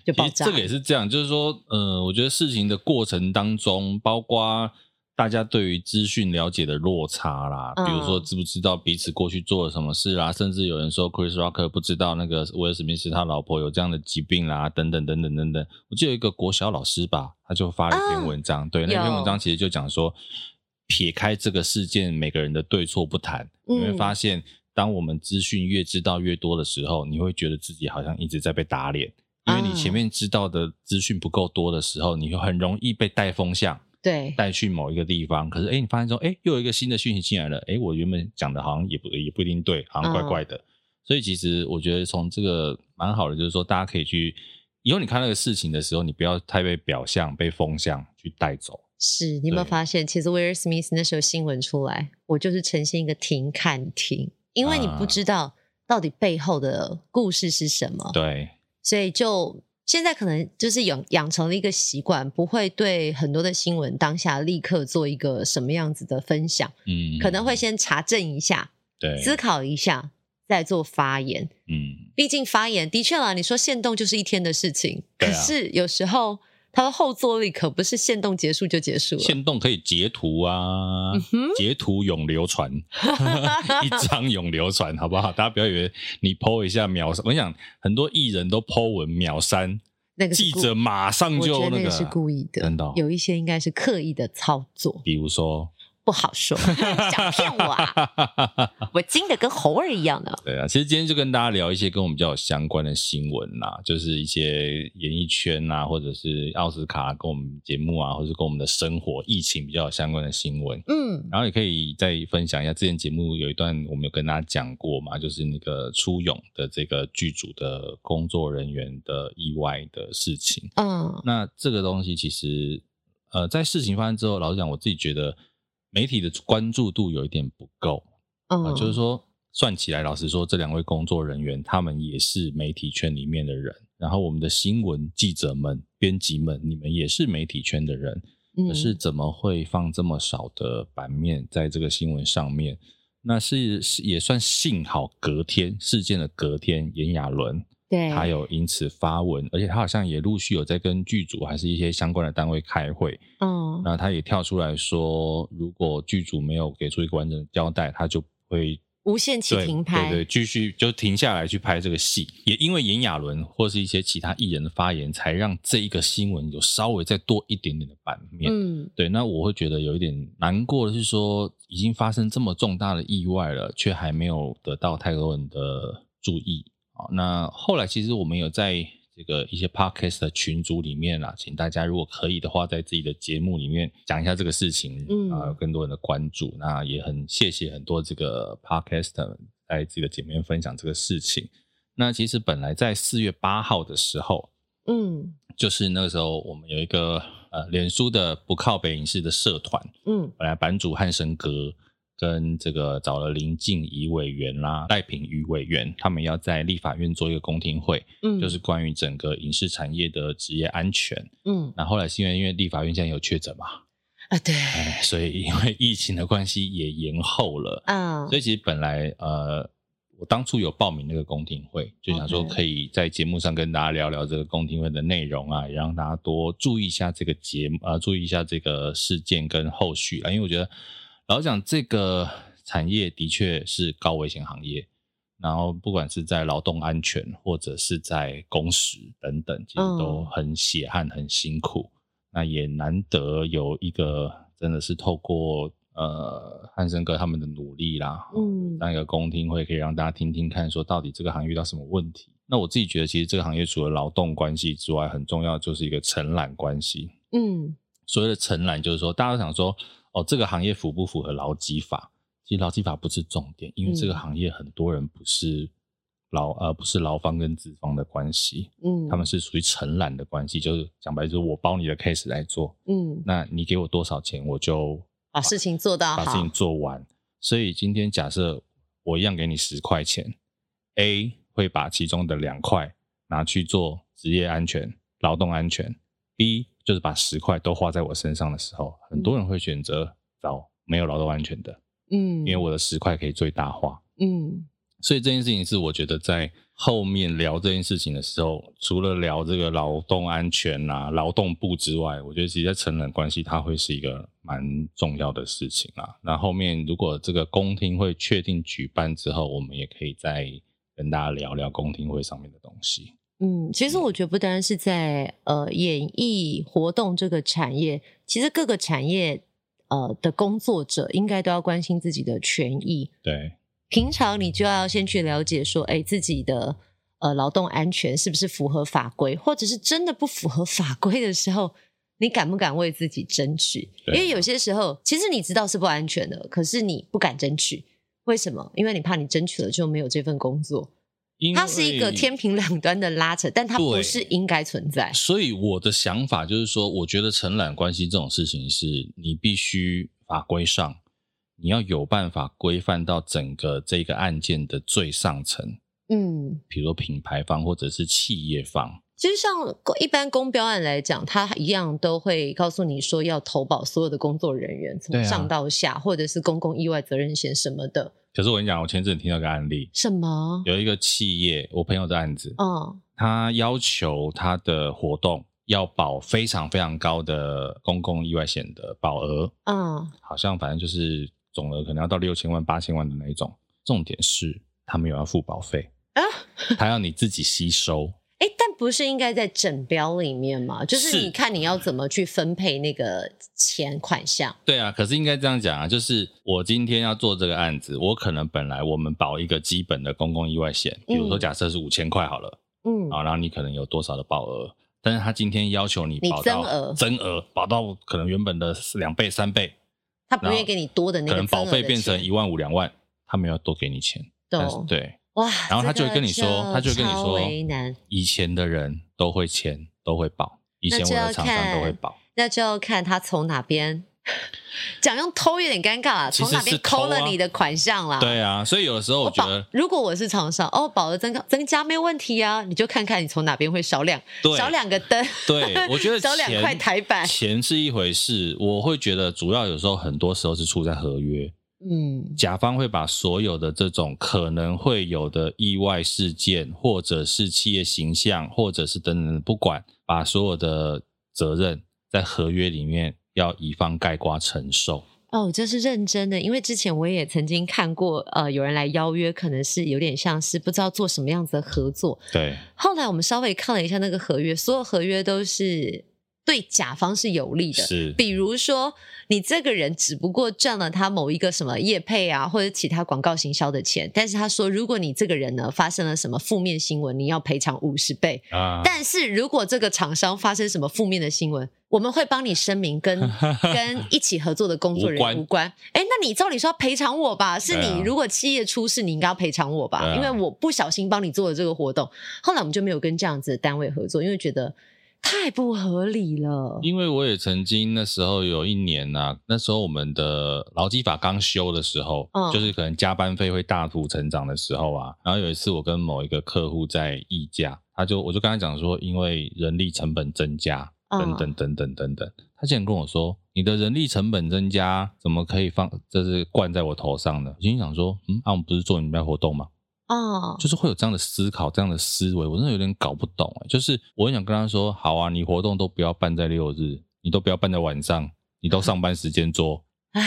[SPEAKER 2] 就
[SPEAKER 1] 其
[SPEAKER 2] 爆
[SPEAKER 1] 实
[SPEAKER 2] 炸。
[SPEAKER 1] 这个也是这样，就是说，呃，我觉得事情的过程当中，包括大家对于资讯了解的落差啦，
[SPEAKER 2] 嗯
[SPEAKER 1] 比如说知不知道彼此过去做了什么事啦，甚至有人说 Chris Rock 不知道那个威尔史密斯他老婆有这样的疾病啦，等等等等等等。我记得有一个国小老师吧，他就发了一篇
[SPEAKER 2] 啊
[SPEAKER 1] 文章，对，那篇
[SPEAKER 2] 有
[SPEAKER 1] 文章其实就讲说，撇开这个事件每个人的对错不谈，你会
[SPEAKER 2] 嗯
[SPEAKER 1] 发现。当我们资讯越知道越多的时候，你会觉得自己好像一直在被打脸，因为你
[SPEAKER 2] 嗯
[SPEAKER 1] 前面知道的资讯不够多的时候，你会很容易被带风向，
[SPEAKER 2] 对，
[SPEAKER 1] 带去某一个地方。可是，哎，你发现说，哎，又有一个新的讯息进来了，哎，我原本讲的好像也不也不一定对，好像怪怪
[SPEAKER 2] 嗯
[SPEAKER 1] 的。所以，其实我觉得从这个蛮好的，就是说大家可以去以后你看那个事情的时候，你不要太被表象、被风向去带走。
[SPEAKER 2] 是你有没有
[SPEAKER 1] 对
[SPEAKER 2] 发现，其实威尔史密斯那时候新闻出来，我就是呈现一个停看停，因为你
[SPEAKER 1] 啊
[SPEAKER 2] 不知道到底背后的故事是什么，
[SPEAKER 1] 对，
[SPEAKER 2] 所以就现在可能就是养养成了一个习惯，不会对很多的新闻当下立刻做一个什么样子的分享，
[SPEAKER 1] 嗯，
[SPEAKER 2] 可能会先查证一下，
[SPEAKER 1] 对，
[SPEAKER 2] 思考一下，再做发言。
[SPEAKER 1] 嗯，
[SPEAKER 2] 毕竟发言的确啦，你说限动就是一天的事情，
[SPEAKER 1] 对
[SPEAKER 2] 可
[SPEAKER 1] 啊
[SPEAKER 2] 是有时候它的后坐力可不是限动结束就结束了。
[SPEAKER 1] 线动可以截图 啊，
[SPEAKER 2] 嗯哼
[SPEAKER 1] 截图永流 传，一张永流传，好不好？大家不要以为你 PO 一下秒，我想很多艺人都 PO 文秒删，
[SPEAKER 2] 那个是
[SPEAKER 1] 记
[SPEAKER 2] 故
[SPEAKER 1] 者马上
[SPEAKER 2] 我觉
[SPEAKER 1] 就
[SPEAKER 2] 得那
[SPEAKER 1] 个
[SPEAKER 2] 个是故意的，
[SPEAKER 1] 真的哦
[SPEAKER 2] 有一些应该是刻意的操作，
[SPEAKER 1] 比如说，
[SPEAKER 2] 不好说，想骗我啊！我精的跟猴儿一 样呢。
[SPEAKER 1] 对啊，其实今天就跟大家聊一些跟我们比较有相关的新闻啦，就是一些演艺圈啊，或者是奥斯卡跟我们节目啊，或者是跟我们的生活、疫情比较有相关的新闻。
[SPEAKER 2] 嗯，
[SPEAKER 1] 然后也可以再分享一下，之前节目有一段我们有跟大家讲过嘛，就是那个出勇的这个剧组的工作人员的意外的事情。
[SPEAKER 2] 嗯，
[SPEAKER 1] 那这个东西其实，呃，在事情发生之后，老实讲，我自己觉得媒体的关注度有一点不够，呃
[SPEAKER 2] 嗯，
[SPEAKER 1] 就是说算起来，老实说，这两位工作人员他们也是媒体圈里面的人，然后我们的新闻记者们、编辑们，你们也是媒体圈的人，可是
[SPEAKER 2] 嗯
[SPEAKER 1] 怎么会放这么少的版面在这个新闻上面？那是是也算幸好，隔天事件的隔天，炎亚纶
[SPEAKER 2] 对，
[SPEAKER 1] 他有因此发文，而且他好像也陆续有在跟剧组还是一些相关的单位开会。
[SPEAKER 2] 嗯
[SPEAKER 1] 那他也跳出来说，如果剧组没有给出一个完整的交代，他就会
[SPEAKER 2] 无限期
[SPEAKER 1] 对
[SPEAKER 2] 停拍，
[SPEAKER 1] 对对，继续就停下来去拍这个戏。也因为炎亚纶或是一些其他艺人的发言，才让这一个新闻有稍微再多一点点的版面。
[SPEAKER 2] 嗯，
[SPEAKER 1] 对，那我会觉得有一点难过的是说，已经发生这么重大的意外了，却还没有得到太多人的注意啊。那后来其实我们有在这个一些 podcast 的群组里面啦，请大家如果可以的话，在自己的节目里面讲一下这个事情，
[SPEAKER 2] 嗯
[SPEAKER 1] 啊，有更多人的关注。那也很谢谢很多这个 podcast 在自己的节目里面分享这个事情。那其实本来在四月八号的时候，
[SPEAKER 2] 嗯
[SPEAKER 1] 就是那个时候我们有一个呃脸书的不靠北影视的社团，
[SPEAKER 2] 嗯
[SPEAKER 1] 本来版主汉生哥跟这个找了林静怡委员啦、赖品妤委员，他们要在立法院做一个公听会，
[SPEAKER 2] 嗯，
[SPEAKER 1] 就是关于整个影视产业的职业安全。
[SPEAKER 2] 嗯
[SPEAKER 1] 那后来是因为因为立法院现在有确诊嘛，
[SPEAKER 2] 啊，对，
[SPEAKER 1] 哎，所以因为疫情的关系也延后了。
[SPEAKER 2] 啊
[SPEAKER 1] 所，以其实本来呃，我当初有报名那个公听会，就想说
[SPEAKER 2] OK
[SPEAKER 1] 可以在节目上跟大家聊聊这个公听会的内容啊，也让大家多注意一下这个节目呃，注意一下这个事件跟后续啊，因为我觉得老实讲这个产业的确是高危险行业。然后，不管是在劳动安全，或者是在工时等等，其实都
[SPEAKER 2] 嗯
[SPEAKER 1] 很血汗、很辛苦。那也难得有一个真的是透过呃汉森哥他们的努力啦，
[SPEAKER 2] 嗯
[SPEAKER 1] 当一个公听会可以让大家听听看，说到底这个行业遇到什么问题。那我自己觉得，其实这个行业除了劳动关系之外，很重要的就是一个承揽关系。
[SPEAKER 2] 嗯
[SPEAKER 1] 所谓的承揽，就是说大家都想说，哦，这个行业符不符合劳基法？其实劳基法不是重点，因为这个
[SPEAKER 2] 嗯
[SPEAKER 1] 行业很多人不是劳呃不是劳方跟资方的关系，
[SPEAKER 2] 嗯，
[SPEAKER 1] 他们是属于承揽的关系，就是讲白了就是我包你的 case 来做，
[SPEAKER 2] 嗯
[SPEAKER 1] 那你给我多少钱，我就
[SPEAKER 2] 把事情做到
[SPEAKER 1] 把事
[SPEAKER 2] 啊好
[SPEAKER 1] 情，做完。所以今天假设我一样给你十块钱，A 会把其中的两块拿去做职业安全、劳动安全；B 就是把十块都花在我身上的时候，很多人会选择找没有劳动安全的，
[SPEAKER 2] 嗯，
[SPEAKER 1] 因为我的十块可以最大化。
[SPEAKER 2] 嗯
[SPEAKER 1] 所以这件事情是我觉得在后面聊这件事情的时候，除了聊这个劳动安全啦、劳动部之外，我觉得其实在成人关系它会是一个蛮重要的事情啦。那后面如果这个公听会确定举办之后，我们也可以再跟大家聊聊公听会上面的东西。
[SPEAKER 2] 嗯，其实我觉得不单是在呃演艺活动这个产业，其实各个产业呃的工作者应该都要关心自己的权益。
[SPEAKER 1] 对，
[SPEAKER 2] 平常你就要先去了解说，哎，自己的呃劳动安全是不是符合法规，或者是真的不符合法规的时候，你敢不敢为自己争取？因
[SPEAKER 1] 对
[SPEAKER 2] 为有些时候，其实你知道是不安全的，可是你不敢争取，为什么？因为你怕你争取了就没有这份工作。
[SPEAKER 1] 因为
[SPEAKER 2] 它是一个天平两端的拉扯，但它
[SPEAKER 1] 对
[SPEAKER 2] 不是应该存在。
[SPEAKER 1] 所以我的想法就是说，我觉得承揽关系这种事情是你必须法规上，你要有办法规范到整个这个案件的最上层，
[SPEAKER 2] 嗯，
[SPEAKER 1] 比如说品牌方或者是企业方。
[SPEAKER 2] 其实像一般公标案来讲，它一样都会告诉你说要投保所有的工作人员，
[SPEAKER 1] 对
[SPEAKER 2] 从
[SPEAKER 1] 啊
[SPEAKER 2] 上到下，或者是公共意外责任险什么的。
[SPEAKER 1] 可是我跟你讲，我前阵子听到一个案例，
[SPEAKER 2] 什么？
[SPEAKER 1] 有一个企业，我朋友的案子，
[SPEAKER 2] 嗯
[SPEAKER 1] 他要求他的活动要保非常非常高的公共意外险的保额，
[SPEAKER 2] 嗯
[SPEAKER 1] 好像反正就是总额可能要到六千万、八千万的那一种。重点是他没有要付保费，
[SPEAKER 2] 啊，
[SPEAKER 1] 他要你自己吸收。
[SPEAKER 2] 哎，但不是应该在整标里面吗？就是
[SPEAKER 1] 是
[SPEAKER 2] 你看你要怎么去分配那个钱款项。
[SPEAKER 1] 对啊，可是应该这样讲啊，就是我今天要做这个案子，我可能本来我们保一个基本的公共意外险，比如说
[SPEAKER 2] 嗯
[SPEAKER 1] 假设是五千块好了，
[SPEAKER 2] 嗯
[SPEAKER 1] 啊、然后你可能有多少的保额，但是他今天要求你
[SPEAKER 2] 你
[SPEAKER 1] 保
[SPEAKER 2] 增
[SPEAKER 1] 到
[SPEAKER 2] 额
[SPEAKER 1] 增额保到可能原本的两倍、三倍，
[SPEAKER 2] 他不
[SPEAKER 1] 然
[SPEAKER 2] 愿
[SPEAKER 1] 后
[SPEAKER 2] 意给你多的那
[SPEAKER 1] 可
[SPEAKER 2] 个
[SPEAKER 1] 能保
[SPEAKER 2] 增额
[SPEAKER 1] 费
[SPEAKER 2] 的
[SPEAKER 1] 变成
[SPEAKER 2] 钱
[SPEAKER 1] 一万五、两万，他没有多给你钱，但是
[SPEAKER 2] 懂
[SPEAKER 1] 对，
[SPEAKER 2] 哇，
[SPEAKER 1] 然后他
[SPEAKER 2] 这
[SPEAKER 1] 就
[SPEAKER 2] 个
[SPEAKER 1] 会跟你说，他就会跟你
[SPEAKER 2] 超
[SPEAKER 1] 说
[SPEAKER 2] 为难。，
[SPEAKER 1] 以前的人都会签，都会保，以
[SPEAKER 2] 那
[SPEAKER 1] 前我
[SPEAKER 2] 就要
[SPEAKER 1] 的厂商都会
[SPEAKER 2] 看
[SPEAKER 1] 保，
[SPEAKER 2] 那就要看他从哪边 讲，用偷有点尴尬啦，
[SPEAKER 1] 其实
[SPEAKER 2] 从哪边
[SPEAKER 1] 是偷
[SPEAKER 2] 了
[SPEAKER 1] 啊
[SPEAKER 2] 你的款项啦？
[SPEAKER 1] 对啊，所以有的时候
[SPEAKER 2] 我
[SPEAKER 1] 我觉
[SPEAKER 2] 保
[SPEAKER 1] 得，
[SPEAKER 2] 如果我是厂商，哦，保额增高增加没问题啊，你就看看你从哪边会少两
[SPEAKER 1] 对
[SPEAKER 2] 少两个 灯，
[SPEAKER 1] 对，我觉得
[SPEAKER 2] 少两
[SPEAKER 1] 钱
[SPEAKER 2] 块台板
[SPEAKER 1] 钱是一回事，我会觉得主要有时候很多时候是出在合约，
[SPEAKER 2] 嗯
[SPEAKER 1] 甲方会把所有的这种可能会有的意外事件，或者是企业形象，或者是等等，不管把所有的责任在合约里面要乙方盖瓜承受。
[SPEAKER 2] 哦，这是认真的，因为之前我也曾经看过，呃，有人来邀约，可能是有点像是不知道做什么样子的合作。
[SPEAKER 1] 对，
[SPEAKER 2] 后来我们稍微看了一下那个合约，所有合约都是对甲方是有利的，
[SPEAKER 1] 是
[SPEAKER 2] 比如说，你这个人只不过赚了他某一个什么业配啊，或者其他广告行销的钱，但是他说，如果你这个人呢发生了什么负面新闻，你要赔偿五十倍。
[SPEAKER 1] 啊，
[SPEAKER 2] 但是如果这个厂商发生什么负面的新闻，我们会帮你声明 跟跟一起合作的工作人
[SPEAKER 1] 无关
[SPEAKER 2] 员无关。哎，那你照理说要赔偿我吧？是
[SPEAKER 1] 对啊
[SPEAKER 2] 你如果企业出事，你应该要赔偿我吧？
[SPEAKER 1] 对啊
[SPEAKER 2] 因为我不小心帮你做了这个活动。后来我们就没有跟这样子的单位合作，因为觉得太不合理了。
[SPEAKER 1] 因为我也曾经那时候有一年啊，那时候我们的劳基法刚修的时候，
[SPEAKER 2] 嗯
[SPEAKER 1] 就是可能加班费会大幅成长的时候啊，然后有一次我跟某一个客户在议价，他就我就跟他讲说，因为人力成本增加，
[SPEAKER 2] 嗯
[SPEAKER 1] 等等等等等等，他竟然跟我说，你的人力成本增加怎么可以放就是灌在我头上呢？我心里想说，嗯，啊，我们不是做你们家活动吗？
[SPEAKER 2] 哦，
[SPEAKER 1] 就是会有这样的思考、这样的思维，我真的有点搞不懂哎、就是我很想跟他说，好啊，你活动都不要办在六日，你都不要办在晚上，你都上班时间做。
[SPEAKER 2] 唉，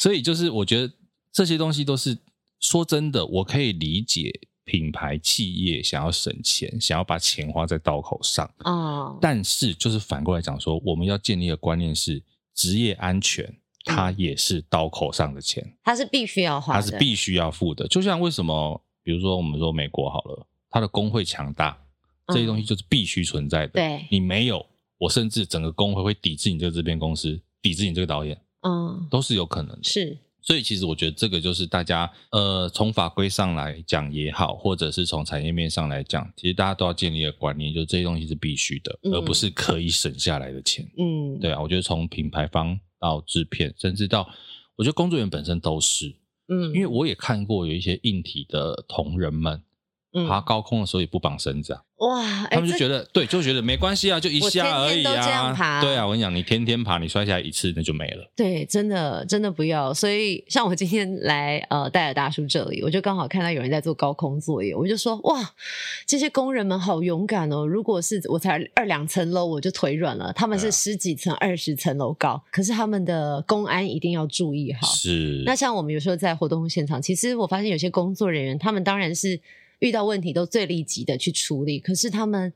[SPEAKER 1] 所以就是我觉得这些东西都是说真的，我可以理解品牌企业想要省钱，想要把钱花在刀口上，
[SPEAKER 2] 哦，
[SPEAKER 1] 但是就是反过来讲说，我们要建立的观念是职业安全，它也是刀口上的钱。
[SPEAKER 2] 他是必须要花
[SPEAKER 1] 他
[SPEAKER 2] 的，
[SPEAKER 1] 是必须要付的。就像为什么，比如说我们说美国好了，它的工会强大，这些东西就是必须存在的。
[SPEAKER 2] 嗯对
[SPEAKER 1] 你没有，我甚至整个工会会抵制你这个制片公司，抵制你这个导演，
[SPEAKER 2] 嗯，
[SPEAKER 1] 都是有可能的。
[SPEAKER 2] 是
[SPEAKER 1] 所以其实我觉得这个就是大家呃，从法规上来讲也好，或者是从产业面上来讲，其实大家都要建立一个观念，就是这些东西是必须的，
[SPEAKER 2] 嗯
[SPEAKER 1] 而不是可以省下来的钱。
[SPEAKER 2] 嗯，
[SPEAKER 1] 对啊，我觉得从品牌方到制片，甚至到我觉得工作人员本身都是，
[SPEAKER 2] 嗯，
[SPEAKER 1] 因为我也看过有一些硬体的同仁们
[SPEAKER 2] 嗯
[SPEAKER 1] 爬高空的时候也不绑绳子啊，
[SPEAKER 2] 哇，哎
[SPEAKER 1] 他们就觉得对，就觉得没关系啊，就一下而已
[SPEAKER 2] 我天天都这样
[SPEAKER 1] 啊。
[SPEAKER 2] 爬
[SPEAKER 1] 对啊，我跟你讲，你天天爬，你摔下来一次那就没了。
[SPEAKER 2] 对，真的真的不要。所以像我今天来呃戴尔大叔这里，我就刚好看到有人在做高空作业，我就说哇，这些工人们好勇敢哦！如果是我才二两层楼我就腿软了，他们
[SPEAKER 1] 对啊
[SPEAKER 2] 是十几层、二十层楼高，可是他们的公安一定要注意好。
[SPEAKER 1] 是，
[SPEAKER 2] 那像我们有时候在活动现场，其实我发现有些工作人员，他们当然是遇到问题都最立即的去处理，可是他们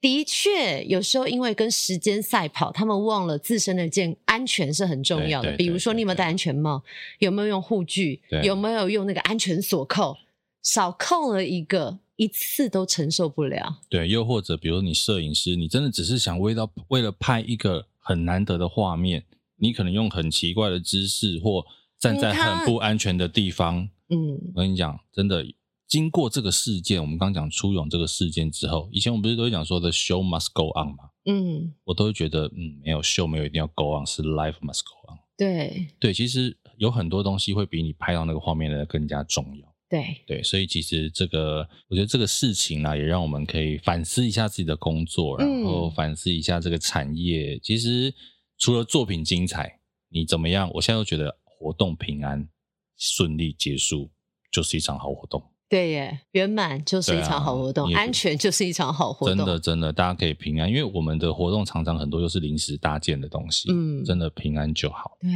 [SPEAKER 2] 的确有时候因为跟时间赛跑，他们忘了自身的健安全是很重要的。
[SPEAKER 1] 对对
[SPEAKER 2] 比如说，你有没有戴安全帽？有没有用护具
[SPEAKER 1] 对？
[SPEAKER 2] 有没有用那个安全锁扣？少扣了一个，一次都承受不了。
[SPEAKER 1] 对，又或者比如你摄影师，你真的只是想为到为了拍一个很难得的画面，你可能用很奇怪的姿势或站在
[SPEAKER 2] 你看
[SPEAKER 1] 很不安全的地方，
[SPEAKER 2] 嗯
[SPEAKER 1] 我跟你讲，真的，经过这个事件，我们刚讲出勇这个事件之后，以前我们不是都会讲说的 show must go on 嘛，
[SPEAKER 2] 嗯，
[SPEAKER 1] 我都会觉得，嗯，没有秀，没有一定要 go on，是 life must go on。
[SPEAKER 2] 对
[SPEAKER 1] 对，其实有很多东西会比你拍到那个画面来的更加重要。
[SPEAKER 2] 对，
[SPEAKER 1] 对，所以其实这个，我觉得这个事情啊，也让我们可以反思一下自己的工作，然
[SPEAKER 2] 嗯
[SPEAKER 1] 后反思一下这个产业。其实除了作品精彩，你怎么样？我现在都觉得活动平安顺利结束，就是一场好活动。
[SPEAKER 2] 对耶，圆满就是一
[SPEAKER 1] 对啊
[SPEAKER 2] 场好活动，
[SPEAKER 1] 你也不
[SPEAKER 2] 安全就是一场好活
[SPEAKER 1] 真
[SPEAKER 2] 动。
[SPEAKER 1] 的真的，大家可以平安，因为我们的活动常常很多又是临时搭建的东西，
[SPEAKER 2] 嗯
[SPEAKER 1] 真的平安就好。
[SPEAKER 2] 对，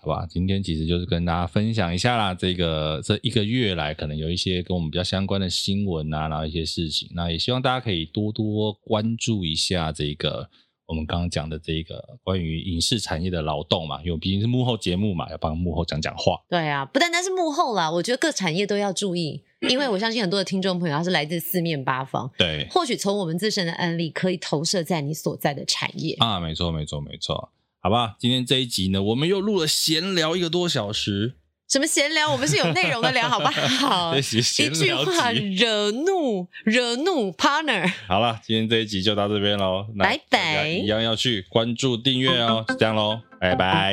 [SPEAKER 1] 好吧，今天其实就是跟大家分享一下啦，这个这一个月来可能有一些跟我们比较相关的新闻啊，然后一些事情，那也希望大家可以多多关注一下这个我们刚刚讲的这个关于影视产业的劳动嘛，因为我毕竟是幕后节目嘛，要帮幕后讲讲话。
[SPEAKER 2] 对啊，不单单是幕后啦，我觉得各产业都要注意，因为我相信很多的听众朋友他是来自四面八方，
[SPEAKER 1] 对
[SPEAKER 2] 或许从我们自身的案例可以投射在你所在的产业。
[SPEAKER 1] 啊，没错没错没错，好吧，今天这一集呢，我们又录了闲聊一个多小时，
[SPEAKER 2] 什么闲聊，我们是有内容的聊，好不好？
[SPEAKER 1] 这
[SPEAKER 2] 一
[SPEAKER 1] 集闲
[SPEAKER 2] 句
[SPEAKER 1] 聊
[SPEAKER 2] 话
[SPEAKER 1] 集。
[SPEAKER 2] 惹怒惹怒 partner，
[SPEAKER 1] 好了，今天这一集就到这边喽，那
[SPEAKER 2] 拜拜
[SPEAKER 1] 大家一样要去关注订阅哦，是这样喽，拜拜。